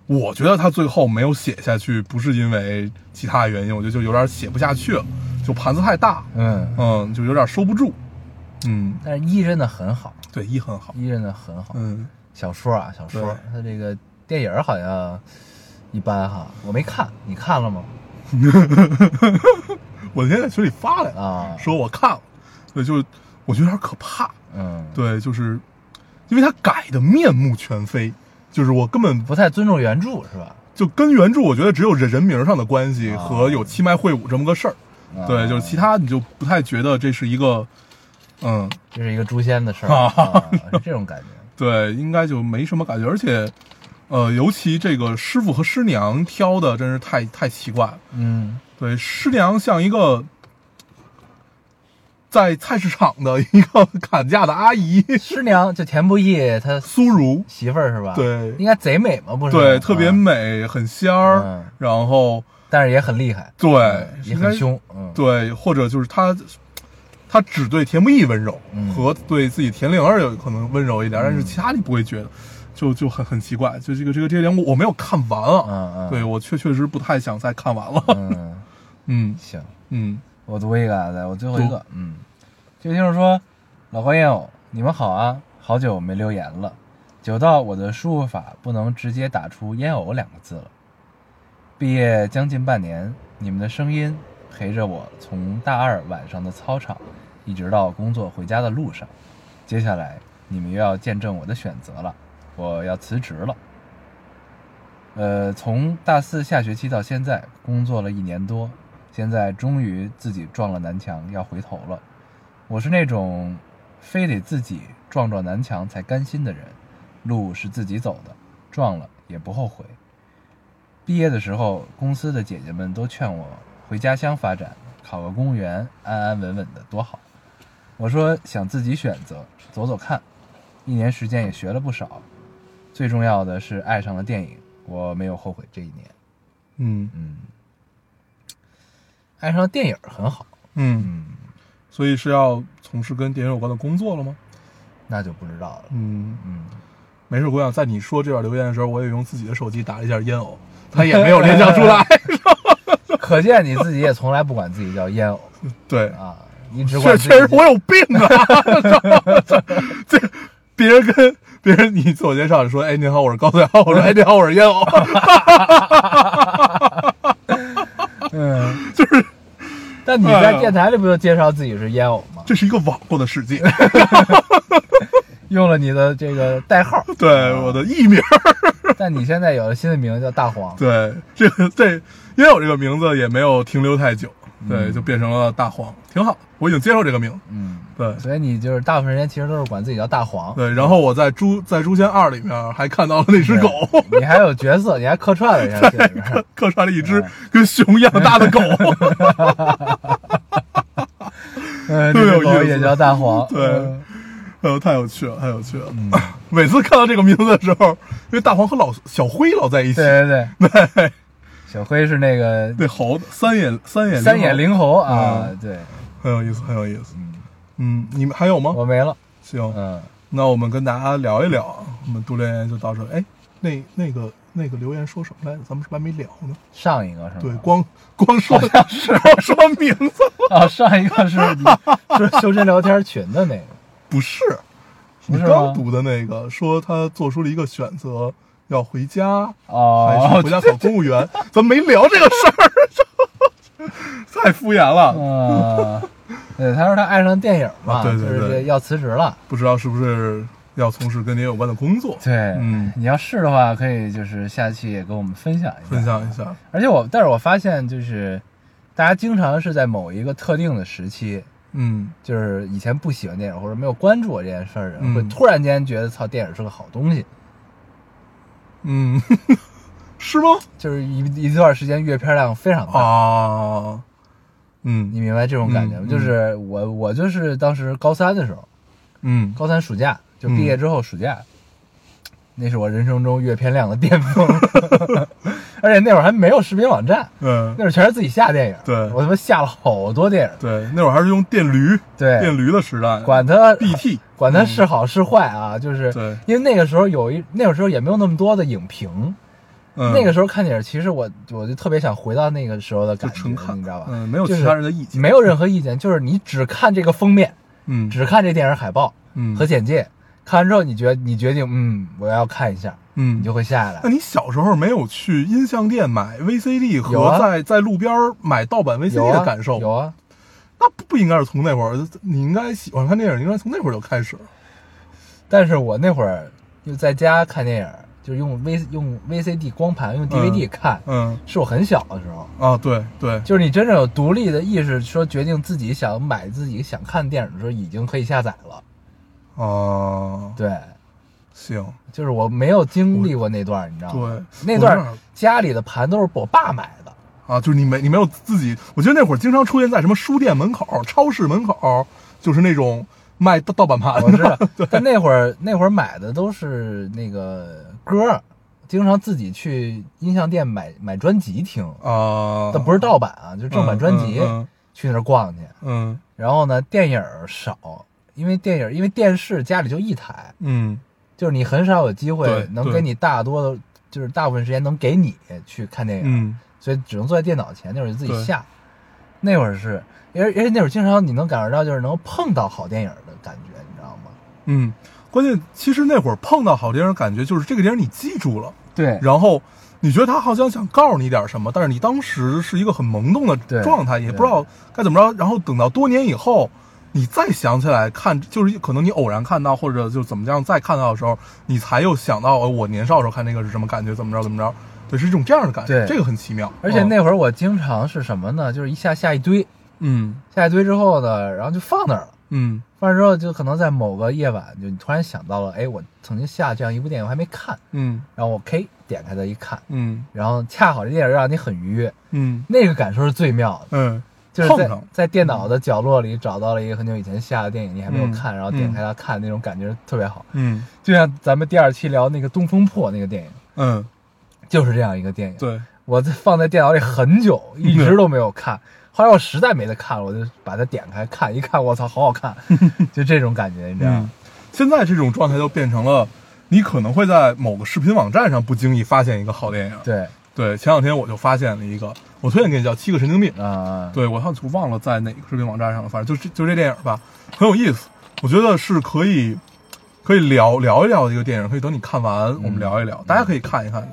Speaker 2: 我觉得他最后没有写下去，不是因为其他原因，我觉得就有点写不下去了，就盘子太大，
Speaker 1: 嗯，
Speaker 2: 嗯，就有点收不住。嗯，
Speaker 1: 但是一真的很好，
Speaker 2: 对，一很好，
Speaker 1: 一真的很好。
Speaker 2: 嗯，
Speaker 1: 小说啊，小说
Speaker 2: 对，
Speaker 1: 它这个电影好像一般哈，我没看，你看了吗？
Speaker 2: 我那天在群里发来了，
Speaker 1: 啊，
Speaker 2: 说我看了，对，就是我觉得有点可怕。
Speaker 1: 嗯，，
Speaker 2: 对，就是因为他改的面目全非，就是我根本
Speaker 1: 不太尊重原著是吧？
Speaker 2: 就跟原著，我觉得只有人人名上的关系
Speaker 1: 啊
Speaker 2: 和有七脉会武这么个事儿。
Speaker 1: 啊
Speaker 2: 对，就是其他你就不太觉得这是一个，嗯，
Speaker 1: 这是一个诛仙的事儿，
Speaker 2: 啊
Speaker 1: 啊是这种感觉。
Speaker 2: 对，应该就没什么感觉，而且。呃，尤其这个师傅和师娘挑的真是太太奇怪了。
Speaker 1: 嗯，
Speaker 2: 对，师娘像一个在菜市场的一个 砍价的阿姨，
Speaker 1: 师娘就田不易他
Speaker 2: 苏如，
Speaker 1: 媳妇儿是吧？
Speaker 2: 对
Speaker 1: 应该贼美嘛，不是吗？
Speaker 2: 对，特别
Speaker 1: 啊，
Speaker 2: 美，很仙儿，
Speaker 1: 嗯
Speaker 2: 然后
Speaker 1: 但是也很厉害，
Speaker 2: 对，
Speaker 1: 也
Speaker 2: 应该
Speaker 1: 很，凶，嗯，
Speaker 2: 对，或者就是他，他只对田木易温柔，
Speaker 1: 嗯
Speaker 2: 和对自己田灵儿有可能温柔一点，但是其他你不会觉得，就就很很奇怪，就这个这个这个点我我没有看完啊，
Speaker 1: 嗯嗯，
Speaker 2: 对我确确实不太想再看完了，
Speaker 1: 嗯，
Speaker 2: 嗯
Speaker 1: 行，
Speaker 2: 嗯，
Speaker 1: 我读一个啊，来，我最后一
Speaker 2: 读
Speaker 1: 个，嗯，这个听众说，老花烟偶，你们好啊，好久没留言了，久到我的输入法不能直接打出“烟偶”两个字了。毕业将近半年，你们的声音陪着我从大二晚上的操场，一直到工作回家的路上。接下来，你们又要见证我的选择了，我要辞职了。呃，从大四下学期到现在，工作了一年多，现在终于自己撞了南墙，要回头了。我是那种非得自己撞撞南墙才甘心的人，路是自己走的，撞了也不后悔。毕业的时候，公司的姐姐们都劝我回家乡发展，考个公务员，安安稳稳的多好。我说想自己选择，走走看。一年时间也学了不少，最重要的是爱上了电影，我没有后悔这一年。
Speaker 2: 嗯
Speaker 1: 嗯，爱上了电影很好。
Speaker 2: 嗯，
Speaker 1: 嗯，
Speaker 2: 所以是要从事跟电影有关的工作了吗？
Speaker 1: 那就不知道了。
Speaker 2: 嗯，
Speaker 1: 嗯，
Speaker 2: 没事，姑娘，在你说这段留言的时候，我也用自己的手机打了一下烟 偶，他也没有联想出来，
Speaker 1: 可见你自己也从来不管自己叫烟偶
Speaker 2: 对，
Speaker 1: 啊，你只管
Speaker 2: 确
Speaker 1: 自
Speaker 2: 确
Speaker 1: 己
Speaker 2: 实我有病啊！这别人跟别人你自我介绍你说，哎，您好，我是高子瑶，我说，哎，您好，我是烟偶，
Speaker 1: 嗯，就是。但你在电台里不就介绍自己是烟偶吗？
Speaker 2: 这是一个网络的世界，
Speaker 1: 用了你的这个代号，
Speaker 2: 对我的艺名，
Speaker 1: 但你现在有了新的名字叫大黄。
Speaker 2: 对这个这烟偶这个名字也没有停留太久，对，就变成了大黄，挺好，我已经接受这个名字，
Speaker 1: 嗯，
Speaker 2: 对。
Speaker 1: 所以你就是大部分时间其实都是管自己叫大黄。
Speaker 2: 对，然后我在《诛在《诛仙二》里面还看到了那只狗，
Speaker 1: 你还有角色，你还客串了一下这里 边。
Speaker 2: 客串了一只跟熊一样大的狗。
Speaker 1: 嗯，
Speaker 2: 特别
Speaker 1: 这
Speaker 2: 有
Speaker 1: 个狗
Speaker 2: 意思
Speaker 1: 也叫大黄。
Speaker 2: 对
Speaker 1: 嗯
Speaker 2: 哎呦，太有趣了，太有趣了！ 每次看到这个名字的时候，因为大黄和老小灰老在一 起，
Speaker 1: 对对对。小辉是那个
Speaker 2: 那猴子三眼三眼
Speaker 1: 三眼
Speaker 2: 灵
Speaker 1: 灵猴啊
Speaker 2: 嗯，
Speaker 1: 对
Speaker 2: 猴，很有意思，很有意思。嗯，你们还有吗？
Speaker 1: 我没了。
Speaker 2: 行，
Speaker 1: 嗯，
Speaker 2: 那我们跟大家聊一聊啊，我们读留言就到这儿。哎，那那个那个留言说什么来着？咱们是不是还没聊呢？
Speaker 1: 上一个是吗？
Speaker 2: 对，光光说光说名字，
Speaker 1: 啊，上一个是 你是修真聊天群的那个，
Speaker 2: 不是
Speaker 1: 不
Speaker 2: 你
Speaker 1: 是
Speaker 2: 刚
Speaker 1: 吗
Speaker 2: 读的那个，说他做出了一个选择，要回家，还是
Speaker 1: 哦
Speaker 2: 回，家考公务员，咱没聊这个事儿，太敷衍了。
Speaker 1: 嗯，对，他说他爱上电影嘛，
Speaker 2: 啊对对
Speaker 1: 就是
Speaker 2: 对
Speaker 1: 这要辞职了。
Speaker 2: 不知道是不是要从事跟您有关的工作，
Speaker 1: 对，
Speaker 2: 嗯
Speaker 1: 你要是的话，可以就是下期也跟我们分享一下。
Speaker 2: 分享一下。
Speaker 1: 而且我，但是我发现就是，大家经常是在某一个特定的时期，
Speaker 2: 嗯，
Speaker 1: 就是以前不喜欢电影或者没有关注过这件事儿的人，
Speaker 2: 嗯
Speaker 1: 会突然间觉得操，电影是个好东西。
Speaker 2: 嗯，是吗？
Speaker 1: 就是一一段时间阅片量非常大，
Speaker 2: 啊，
Speaker 1: 你
Speaker 2: 嗯
Speaker 1: 明白这种感觉吗？
Speaker 2: 嗯
Speaker 1: 就是我我就是当时高三的时候，
Speaker 2: 嗯，
Speaker 1: 高三暑假就毕业之后暑假，那是我人生中阅片量的巅峰， 而且那会儿还没有视频网站。
Speaker 2: 对
Speaker 1: 那会儿全是自己下电影，
Speaker 2: 对
Speaker 1: 我他妈下了好多电影，
Speaker 2: 对，那会儿还是用电驴，
Speaker 1: 对
Speaker 2: 电驴的时代，
Speaker 1: 管他
Speaker 2: BT，
Speaker 1: 管它是好是坏啊，就是
Speaker 2: 对
Speaker 1: 因为那个时候有一那个时候也没有那么多的影评，
Speaker 2: 嗯，
Speaker 1: 那个时候看电影，其实我我就特别想回到那个时候的
Speaker 2: 就
Speaker 1: 感觉，
Speaker 2: 纯看，
Speaker 1: 你知道吧？
Speaker 2: 嗯，没有
Speaker 1: 就
Speaker 2: 其
Speaker 1: 是
Speaker 2: 他人的意见，
Speaker 1: 没有任何意见，就是你只看这个封面，
Speaker 2: 嗯，
Speaker 1: 只看这电影海报
Speaker 2: 嗯
Speaker 1: 和简介，看完之后你决你决定，嗯，我要看一下，
Speaker 2: 嗯
Speaker 1: 你就。会下来
Speaker 2: 那。你小时候没有去音像店买 VCD
Speaker 1: 有
Speaker 2: 和
Speaker 1: 啊
Speaker 2: 在、在路边儿买盗版
Speaker 1: 有
Speaker 2: VCD
Speaker 1: 啊
Speaker 2: 的感受？
Speaker 1: 有啊，
Speaker 2: 那不不应该是从那会儿，你应该喜欢看电影，应该从那会儿就开始了。
Speaker 1: 但是我那会儿就在家看电影，就用 V 用 VCD 光盘用 DVD 看，
Speaker 2: 嗯
Speaker 1: 是我很小的时候。
Speaker 2: 啊，对对，
Speaker 1: 就是你真正有独立的意识，说决定自己想买自己想看电影的时候，已经可以下载了。
Speaker 2: 啊，
Speaker 1: 对，
Speaker 2: 行，
Speaker 1: 就是我没有经历过那段儿，你知道吗？
Speaker 2: 对，
Speaker 1: 那
Speaker 2: 我
Speaker 1: 段
Speaker 2: 那
Speaker 1: 儿
Speaker 2: 儿
Speaker 1: 家里的盘都是我爸买 的，
Speaker 2: 啊，就是你没你没有自己，我觉得那会儿经常出现在什么书店门口、超市门口，就是那种卖盗盗版盘
Speaker 1: 我知
Speaker 2: 的。
Speaker 1: 道。但那会儿那会儿买的都是那个歌儿，经常自己去音像店买买专辑听，
Speaker 2: 啊，
Speaker 1: 但不是盗版啊，就是正版专辑，
Speaker 2: 嗯
Speaker 1: 去那儿逛去。
Speaker 2: 嗯
Speaker 1: 然后呢，电影儿少，因为电影儿因为电视家里就一台，
Speaker 2: 嗯
Speaker 1: 就是你很少有机会
Speaker 2: 对
Speaker 1: 能
Speaker 2: 对
Speaker 1: 给你大多的，就是大部分时间能给你去看电
Speaker 2: 嗯
Speaker 1: 影，
Speaker 2: 嗯
Speaker 1: 所以只能坐在电脑前，那会儿就自己
Speaker 2: 对
Speaker 1: 下。那会儿是，因为因为那会儿经常你能感受到就是能碰到好电影的感觉，你知道吗？
Speaker 2: 嗯，关键其实那会儿碰到好电影，感觉就是这个电影你记住了，
Speaker 1: 对
Speaker 2: 然后你觉得他好像想告诉你点什么，但是你当时是一个很懵懂
Speaker 1: 对
Speaker 2: 的状态，也
Speaker 1: 对
Speaker 2: 不知道该怎么着。然后等到多年以后，你再想起来看，就是可能你偶然看到，或者就怎么样再看到的时候，你才又想到，哦，我年少时候看那个是什么感觉，怎么着怎么着。对，是一种这样的感觉，
Speaker 1: 对
Speaker 2: 这个很奇妙。
Speaker 1: 而且那会儿我经常是什么呢？就是一下下一堆，
Speaker 2: 嗯
Speaker 1: 下一堆之后呢，然后就放那儿了。
Speaker 2: 嗯
Speaker 1: 放那儿之后，就可能在某个夜晚，就你突然想到了，哎，我曾经下这样一部电影，我还没看，
Speaker 2: 嗯
Speaker 1: 然后我 K 点开它一看，
Speaker 2: 嗯
Speaker 1: 然后恰好这电影让你很愉悦，
Speaker 2: 嗯
Speaker 1: 那个感受是最妙的。
Speaker 2: 嗯
Speaker 1: 就是
Speaker 2: 碰
Speaker 1: 在
Speaker 2: 上
Speaker 1: 在电脑的角落里找到了一个很久以前下的电影，你还没有
Speaker 2: 嗯
Speaker 1: 看，然后点开它看，那种感觉特别好。
Speaker 2: 嗯
Speaker 1: 就像咱们第二期聊那个《东风破》那个电影，
Speaker 2: 嗯，
Speaker 1: 就是这样一个电影。
Speaker 2: 对，
Speaker 1: 我在放在电脑里很久， 一直都没有看。后来我实在没得看了，我就把它点开看，一看，我操，好好 看，就这种感觉，你知道
Speaker 2: 嗯
Speaker 1: 吗？，
Speaker 2: 现在这种状态就变成了，你可能会在某个视频网站上不经意发现一个好电影。
Speaker 1: 对，
Speaker 2: 对，前两天我就发现了一个，我推荐给你叫《七个神经病》。
Speaker 1: 啊、
Speaker 2: 对，我好像忘了在哪个视频网站上了，反正就是就这电影吧，很有意思。我觉得是可以可以聊聊一聊的一个电影，可以等你看完我
Speaker 1: 嗯
Speaker 2: 们聊一聊，大家可以看一看。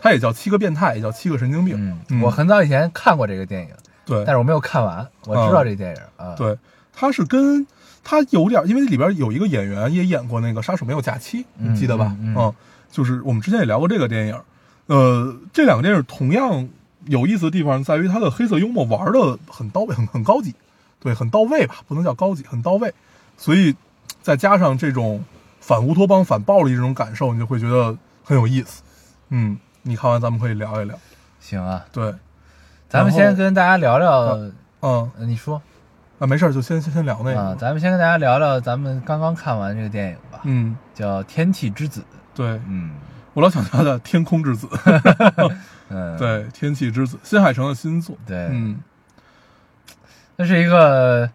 Speaker 2: 它也叫《七个变态》，也叫《七个神经病》。
Speaker 1: 嗯，我很早以前看过这个电影，
Speaker 2: 对，嗯
Speaker 1: 但是我没有看完，我知道这电影啊，
Speaker 2: 对，他是跟他有点，因为里边有一个演员也演过那个《杀手没有假期》，
Speaker 1: 嗯
Speaker 2: 你记得吧？
Speaker 1: 嗯嗯
Speaker 2: 就是我们之前也聊过这个电影。呃，这两个电影同样有意思的地方在于它的黑色幽默玩的很到位，很很高级，对，很到位吧，不能叫高级，很到位。所以再加上这种反乌托邦、反暴力这种感受，你就会觉得很有意思。嗯，你看完咱们可以聊一聊。
Speaker 1: 行啊，
Speaker 2: 对，
Speaker 1: 咱们
Speaker 2: 然后
Speaker 1: 先跟大家聊聊，
Speaker 2: 嗯，
Speaker 1: 呃你说。
Speaker 2: 啊，没事儿，就先先先聊那个。
Speaker 1: 啊，咱们先跟大家聊聊咱们刚刚看完这个电影吧，
Speaker 2: 嗯，
Speaker 1: 叫《天气之子》。
Speaker 2: 对，
Speaker 1: 嗯
Speaker 2: 我老想叫他天空 之子，
Speaker 1: 嗯，
Speaker 2: 对，天气之子，新海诚的新作，
Speaker 1: 对
Speaker 2: 嗯，
Speaker 1: 那是一个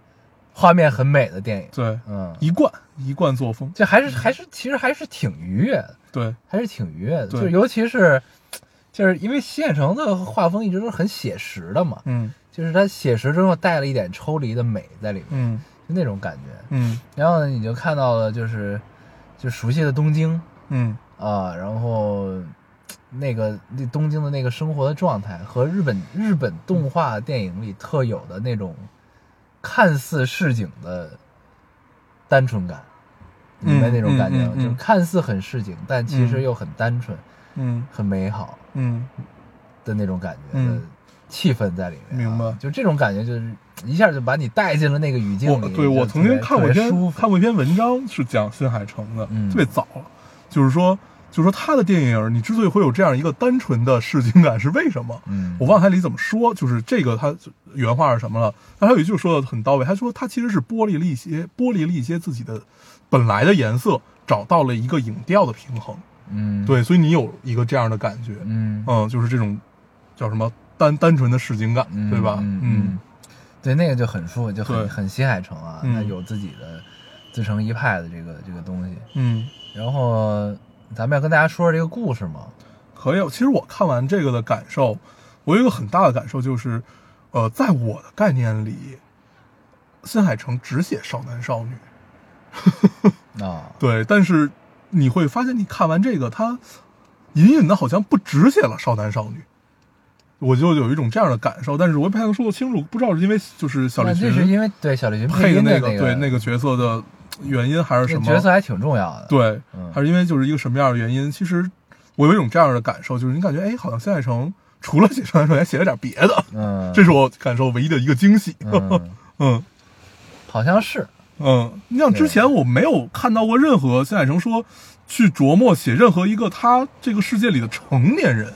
Speaker 1: 画面很美的电影。
Speaker 2: 对，
Speaker 1: 嗯，
Speaker 2: 一贯一贯作风，
Speaker 1: 这还是还是其实还是挺愉悦的，
Speaker 2: 对，
Speaker 1: 还是挺愉悦的。
Speaker 2: 对
Speaker 1: 就尤其是就是因为新海诚的画风一直都是很写实的嘛，
Speaker 2: 嗯
Speaker 1: 就是它写实中又带了一点抽离的美在里面，
Speaker 2: 嗯
Speaker 1: 就那种感觉。
Speaker 2: 嗯
Speaker 1: 然后呢，你就看到了就是就熟悉的东京，
Speaker 2: 嗯
Speaker 1: 啊，然后那个那东京的那个生活的状态和日本日本动画电影里特有的那种看似市井的单纯感，明白那种感觉吗？
Speaker 2: 嗯嗯嗯嗯
Speaker 1: 就是看似很市井，但其实又很单纯、
Speaker 2: 嗯
Speaker 1: 很美好
Speaker 2: 嗯
Speaker 1: 的那种感觉的
Speaker 2: 嗯
Speaker 1: 气氛在里面、啊。
Speaker 2: 明白
Speaker 1: 就这种感觉，就是一下就把你带进了那个语境
Speaker 2: 我
Speaker 1: 里。
Speaker 2: 对
Speaker 1: 就
Speaker 2: 我
Speaker 1: 特
Speaker 2: 曾经
Speaker 1: 别
Speaker 2: 看过
Speaker 1: 特
Speaker 2: 一
Speaker 1: 别
Speaker 2: 篇
Speaker 1: 舒服
Speaker 2: 看过一篇文章是讲新海诚的，
Speaker 1: 嗯
Speaker 2: 特别早了，就是说就是说他的电影，你之所以会有这样一个单纯的市井感，是为什么？
Speaker 1: 嗯，
Speaker 2: 我忘了他里怎么说，就是这个他原话是什么了。但他有一句说的很到位，他说他其实是剥离了一些剥离了一些自己的本来的颜色，找到了一个影调的平衡。
Speaker 1: 嗯，
Speaker 2: 对，所以你有一个这样的感觉，
Speaker 1: 嗯，
Speaker 2: 嗯，就是这种叫什么单单纯的市井感，
Speaker 1: 嗯，
Speaker 2: 对吧？
Speaker 1: 嗯对，那个就很舒服，就
Speaker 2: 对
Speaker 1: 很很新海诚啊，
Speaker 2: 嗯
Speaker 1: 他有自己的自成一派的这个这个东西。
Speaker 2: 嗯，
Speaker 1: 然后咱们要跟大家说说这个故事嘛，
Speaker 2: 可以。其实我看完这个的感受，我有一个很大的感受就是，呃，在我的概念里，新海诚只写少男少女，
Speaker 1: 啊，
Speaker 2: 对，但是你会发现，你看完这个，他隐隐的好像不只写了少男少女，我就有一种这样的感受，但是我也不太能说得清楚，不知道是因为就是小
Speaker 1: 那
Speaker 2: 栗
Speaker 1: 这是
Speaker 2: 旬
Speaker 1: 因为对小李群
Speaker 2: 配
Speaker 1: 音
Speaker 2: 的那
Speaker 1: 个
Speaker 2: 对那个角色的原因，还是什
Speaker 1: 那
Speaker 2: 么
Speaker 1: 角色还挺重要的。，
Speaker 2: 对
Speaker 1: 嗯，
Speaker 2: 还是因为就是一个什么样的原因？其实我有一种这样的感受，就是你感觉哎，好像新海诚除了写少男少女，还写了点别的，
Speaker 1: 嗯，
Speaker 2: 这是我感受唯一的一个惊喜。
Speaker 1: 嗯，
Speaker 2: 嗯
Speaker 1: 好像是，
Speaker 2: 嗯，你像之前我没有看到过任何新海诚说去琢磨写任何一个他这个世界里的成年人，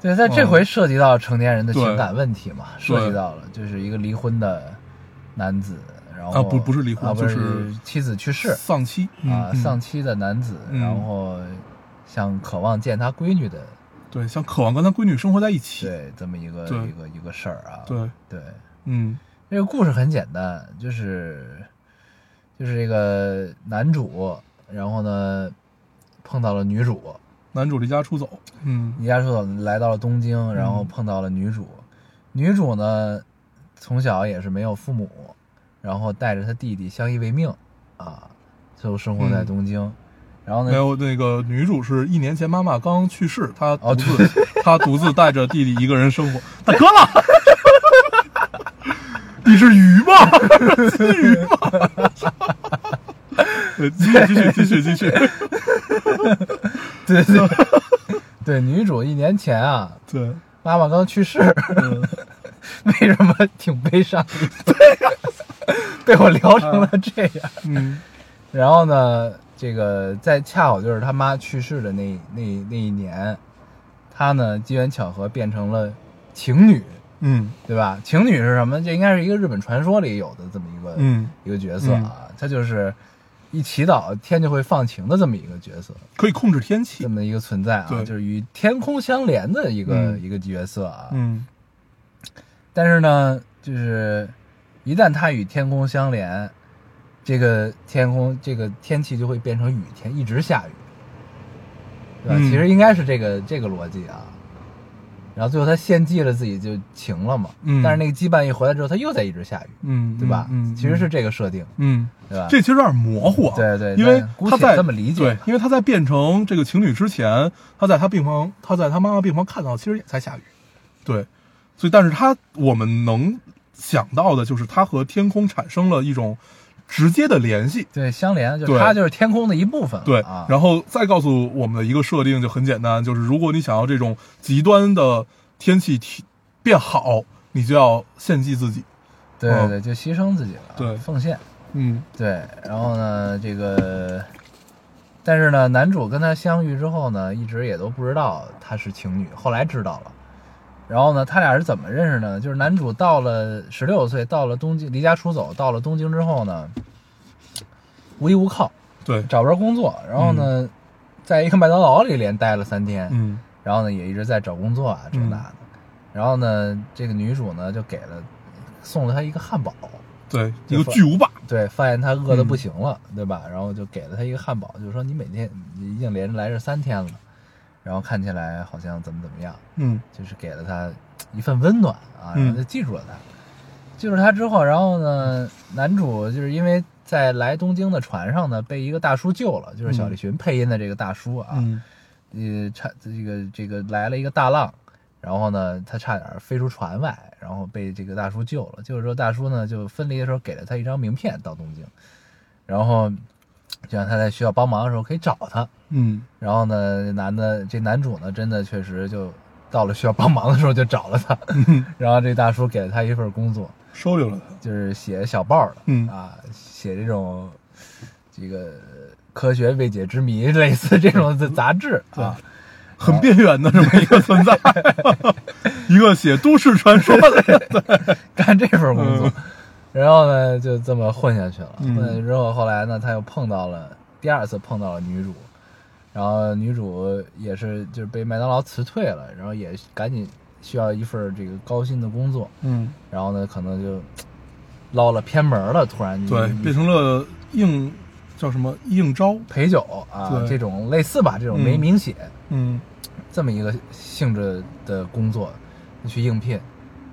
Speaker 1: 对，但这回涉及到成年人的情感问题嘛，
Speaker 2: 嗯对
Speaker 1: 涉及到了，就是一个离婚的男子，然后
Speaker 2: 啊不不是离婚
Speaker 1: 啊不
Speaker 2: 就是
Speaker 1: 妻子去世
Speaker 2: 丧妻嗯
Speaker 1: 啊，丧
Speaker 2: 妻，
Speaker 1: 妻的男子，
Speaker 2: 嗯
Speaker 1: 然后想渴望见他闺女的，
Speaker 2: 对，像渴望跟他闺女生活在一起，
Speaker 1: 对，这么一个
Speaker 2: 对
Speaker 1: 一个一个事儿啊，
Speaker 2: 对，
Speaker 1: 对，
Speaker 2: 嗯
Speaker 1: 这个故事很简单，就是就是这个男主，然后呢碰到了女主，
Speaker 2: 男主离家出走，嗯
Speaker 1: 离家出走来到了东京，然后
Speaker 2: 嗯
Speaker 1: 碰到了女主，女主呢从小也是没有父母，然后带着她弟弟相依为命啊，最后生活在
Speaker 2: 嗯
Speaker 1: 东京，然后呢
Speaker 2: 还有那个女主是一年前妈妈刚去世，她独
Speaker 1: 哦
Speaker 2: 自、 她独自带着弟弟一个人 生活，大哥了，你是鱼吗？ 金鱼吗？ 对继续继续继续继续，
Speaker 1: 对对对对，女主一年前啊，
Speaker 2: 对，
Speaker 1: 妈妈刚去世，
Speaker 2: 嗯，
Speaker 1: 为什么挺悲伤的？ 被我聊成了这样。
Speaker 2: 嗯
Speaker 1: 然后呢，这个在恰好就是他妈去世的那那那一年，他呢机缘巧合变成了情侣，
Speaker 2: 嗯
Speaker 1: 对吧？情侣是什么？这应该是一个日本传说里有的这么一个、
Speaker 2: 嗯，
Speaker 1: 一个角色啊，他就是一祈祷天就会放晴的这么一个角色，
Speaker 2: 可以控制天气
Speaker 1: 这，么一个存在啊，
Speaker 2: 对
Speaker 1: 就是与天空相连的一个、
Speaker 2: 嗯
Speaker 1: 一个角色啊。
Speaker 2: 嗯
Speaker 1: 但是呢，就是一旦它与天空相连，这个天空这个天气就会变成雨天，一直下雨，对吧？
Speaker 2: 嗯
Speaker 1: 其实应该是这个这个逻辑啊。然后最后他献祭了自己就晴了嘛，
Speaker 2: 嗯
Speaker 1: 但是那个羁绊一回来之后，他又在一直下雨，
Speaker 2: 嗯，
Speaker 1: 对吧？
Speaker 2: 嗯，嗯
Speaker 1: 其实是这个设定，
Speaker 2: 嗯。
Speaker 1: 对吧？
Speaker 2: 这其实有点模糊啊，
Speaker 1: 对对
Speaker 2: 因为
Speaker 1: 但姑
Speaker 2: 他
Speaker 1: 且
Speaker 2: 在
Speaker 1: 这么理解
Speaker 2: 对
Speaker 1: 吧，
Speaker 2: 因为他在变成这个情侣之前，他在他病房，他在他妈妈病房看到，其实也在下雨，对，所以但是他我们能想到的就是他和天空产生了一种直接的联系，
Speaker 1: 对相连，就
Speaker 2: 对
Speaker 1: 它就是天空的一部分了
Speaker 2: 对
Speaker 1: 啊，。
Speaker 2: 然后再告诉我们的一个设定就很简单，就是如果你想要这种极端的天气体变好，你就要献祭自己，
Speaker 1: 对
Speaker 2: 嗯
Speaker 1: 对，就牺牲自己了，
Speaker 2: 对
Speaker 1: 奉献。
Speaker 2: 嗯
Speaker 1: 对，然后呢，这个，但是呢，男主跟她相遇之后呢，一直也都不知道她是情侣，后来知道了。然后呢，他俩是怎么认识呢？就是男主到了十六岁，到了东京，离家出走，到了东京之后呢，无依无靠，
Speaker 2: 对，
Speaker 1: 找不着工作。然后呢，在一个麦当劳里连待了三天，
Speaker 2: 嗯
Speaker 1: 然后呢，也一直在找工作啊，这
Speaker 2: 嗯
Speaker 1: 那的。然后呢，这个女主呢，就给了送了他一个汉堡，
Speaker 2: 对，一
Speaker 1: 就
Speaker 2: 个
Speaker 1: 发
Speaker 2: 巨无霸，
Speaker 1: 对，发现他饿的不
Speaker 2: 嗯
Speaker 1: 行了，对吧？然后就给了他一个汉堡，就说你每天你已经连着来这三天了，然后看起来好像怎么怎么样，
Speaker 2: 嗯
Speaker 1: 就是给了他一份温暖啊，
Speaker 2: 嗯
Speaker 1: 然后就记住了他。记住他之后，然后呢，男主就是因为在来东京的船上呢，被一个大叔救了，就是小
Speaker 2: 嗯
Speaker 1: 栗旬配音的这个大叔啊，
Speaker 2: 嗯
Speaker 1: 呃，差这个这个来了一个大浪，然后呢，他差点飞出船外，然后被这个大叔救了。就是说，大叔呢就分离的时候给了他一张名片到东京，然后就让他在需要帮忙的时候可以找他。
Speaker 2: 嗯
Speaker 1: 然后呢，这男的这男主呢，真的确实就到了需要帮忙的时候就找了他，然后这大叔给了他一份工作，
Speaker 2: 收留了他，
Speaker 1: 就是写小报的，
Speaker 2: 嗯
Speaker 1: 啊，写这种这个科学未解之谜类似这种的杂志啊，
Speaker 2: 很边缘的这么一个存 在，一个写都市传说的，
Speaker 1: 干这份工作，然后呢就这么混下去了。
Speaker 2: 嗯
Speaker 1: 混下去之后，后来呢他又碰到了第二次碰到了女主，然后女主也是就是被麦当劳辞退了，然后也赶紧需要一份这个高薪的工作，
Speaker 2: 嗯，
Speaker 1: 然后呢可能就捞了偏门了，突然就
Speaker 2: 对，变成了应叫什么应招，
Speaker 1: 陪酒啊
Speaker 2: 对
Speaker 1: 这种类似吧，这种没
Speaker 2: 嗯
Speaker 1: 明显。
Speaker 2: 嗯
Speaker 1: 这么一个性质的工作去应聘，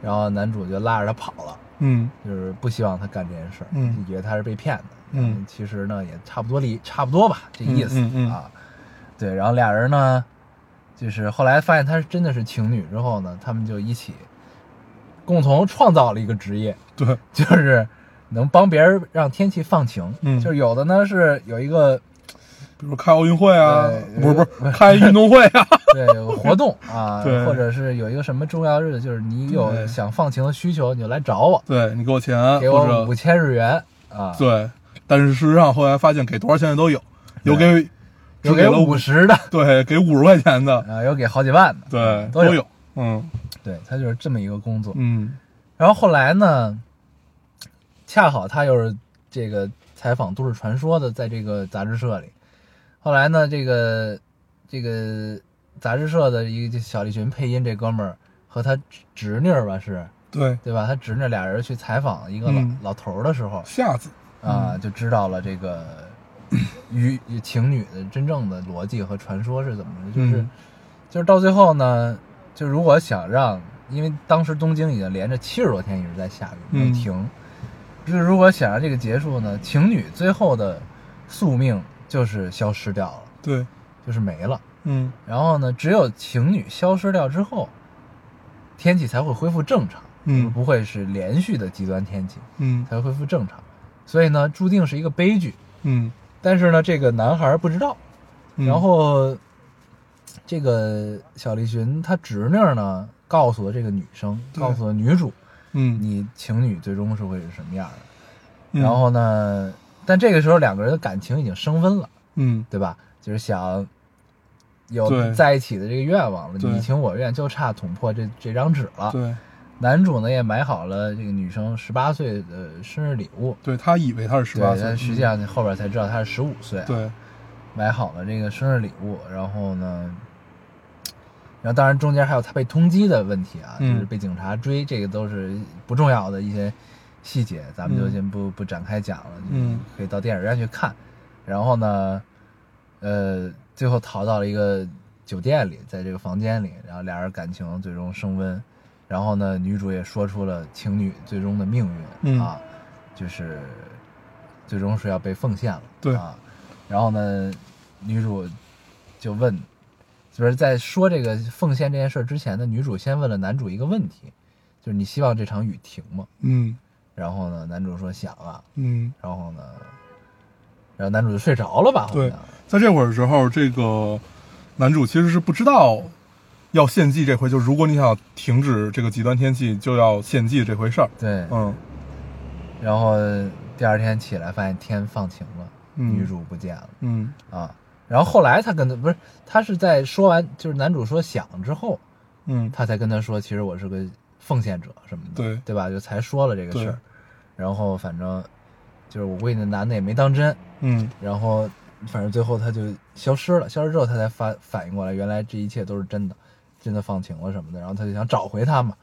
Speaker 1: 然后男主就拉着他跑了，
Speaker 2: 嗯
Speaker 1: 就是不希望他干这件事儿，
Speaker 2: 嗯
Speaker 1: 就以为他是被骗的，
Speaker 2: 嗯，
Speaker 1: 其实呢也差不多理差不多吧，这意思、
Speaker 2: 嗯嗯嗯
Speaker 1: 啊，对，然后俩人呢，就是后来发现他是真的是情侣之后呢，他们就一起共同创造了一个职业，
Speaker 2: 对，
Speaker 1: 就是能帮别人让天气放晴，
Speaker 2: 嗯
Speaker 1: 就是有的呢是有一个
Speaker 2: 比如开奥运会啊，
Speaker 1: 对
Speaker 2: 不是不是开运动会 啊，，
Speaker 1: 对有活动啊
Speaker 2: 对
Speaker 1: 或者是有一个什么重要日子，就是你有
Speaker 2: 对
Speaker 1: 想放晴的需求，你就来找我，
Speaker 2: 对你给我钱啊
Speaker 1: 给
Speaker 2: 或
Speaker 1: 我
Speaker 2: 者
Speaker 1: 五千日元啊，
Speaker 2: 对，但是事实上后来发现给多少钱的都有，有给
Speaker 1: 有
Speaker 2: 只
Speaker 1: 给
Speaker 2: 了
Speaker 1: 五，十的
Speaker 2: 对，给五十块钱的，
Speaker 1: 啊，有给好几万的，
Speaker 2: 对，
Speaker 1: 都有
Speaker 2: 有，嗯
Speaker 1: 对他就是这么一个工作。
Speaker 2: 嗯
Speaker 1: 然后后来呢，恰好他又是这个采访《都市传说》的，在这个杂志社里。后来呢，这个这个杂志社的一个小栗旬配音这哥们儿和他侄侄女儿吧是。
Speaker 2: 对，
Speaker 1: 对吧？他侄女俩人去采访一个老、
Speaker 2: 嗯
Speaker 1: 老头儿的时候
Speaker 2: 下次嗯
Speaker 1: 啊，就知道了这个与与情侣的真正的逻辑和传说是怎么的，就是、
Speaker 2: 嗯
Speaker 1: 就是到最后呢，就如果想让，因为当时东京已经连着七十多天一直在下雨没
Speaker 2: 嗯
Speaker 1: 停，就是如果想让这个结束呢，情侣最后的宿命就是消失掉了，
Speaker 2: 对，
Speaker 1: 就是没了。
Speaker 2: 嗯
Speaker 1: 然后呢，只有情侣消失掉之后，天气才会恢复正常，
Speaker 2: 嗯
Speaker 1: 而不会是连续的极端天气
Speaker 2: 嗯
Speaker 1: 才会恢复正常。所以呢，注定是一个悲剧。
Speaker 2: 嗯，
Speaker 1: 但是呢，这个男孩不知道。
Speaker 2: 嗯
Speaker 1: 然后，这个小栗旬他侄女呢，告诉了这个女生，
Speaker 2: 对
Speaker 1: 告诉了女主，
Speaker 2: 嗯，
Speaker 1: 你情侣最终是会是什么样的。
Speaker 2: 嗯
Speaker 1: 然后呢，但这个时候两个人的感情已经升温了。
Speaker 2: 嗯
Speaker 1: 对吧？就是想有
Speaker 2: 对
Speaker 1: 在一起的这个愿望了，
Speaker 2: 对
Speaker 1: 你情我愿，就差捅破这这张纸了。
Speaker 2: 对
Speaker 1: 男主呢也买好了这个女生十八岁的生日礼物，
Speaker 2: 对，他以为他是十
Speaker 1: 对，
Speaker 2: 八
Speaker 1: 但
Speaker 2: 岁，
Speaker 1: 实际上你后边才知道她是十五岁啊、
Speaker 2: 嗯对，
Speaker 1: 买好了这个生日礼物，然后呢，然后当然中间还有他被通缉的问题啊，
Speaker 2: 嗯
Speaker 1: 就是被警察追，这个都是不重要的一些细节，咱们就
Speaker 2: 嗯
Speaker 1: 先不、不展开讲了，
Speaker 2: 嗯，
Speaker 1: 可以到电影院去看。然后呢，呃，最后逃到了一个酒店里，在这个房间里，然后俩人感情最终升温。然后呢，女主也说出了情侣最终的命运、
Speaker 2: 嗯
Speaker 1: 啊，就是最终是要被奉献了，
Speaker 2: 对
Speaker 1: 啊。然后呢，女主就问，就是在说这个奉献这件事儿之前呢，女主先问了男主一个问题，就是你希望这场雨停吗？
Speaker 2: 嗯
Speaker 1: 然后呢，男主说想啊，
Speaker 2: 嗯。
Speaker 1: 然后呢，然后男主就睡着了吧？好
Speaker 2: 对
Speaker 1: 像，
Speaker 2: 在这会儿的时候，这个男主其实是不知道要献祭这回，就如果你想停止这个极端天气，就要献祭这回事儿。
Speaker 1: 对，
Speaker 2: 嗯
Speaker 1: 然后第二天起来发现天放晴了，
Speaker 2: 嗯
Speaker 1: 女主不见了
Speaker 2: 嗯
Speaker 1: 啊。然后后来他跟他不是，他是在说完就是男主说想之后，
Speaker 2: 嗯，
Speaker 1: 他才跟他说，其实我是个奉献者什么的，
Speaker 2: 对
Speaker 1: 对吧？就才说了这个事
Speaker 2: 对
Speaker 1: 儿。然后反正就是我估计那男的也没当真，
Speaker 2: 嗯
Speaker 1: 然后反正最后他就消失了，消失之后他才发反应过来，原来这一切都是真的，真的放晴了什么的。然后他就想找回他嘛，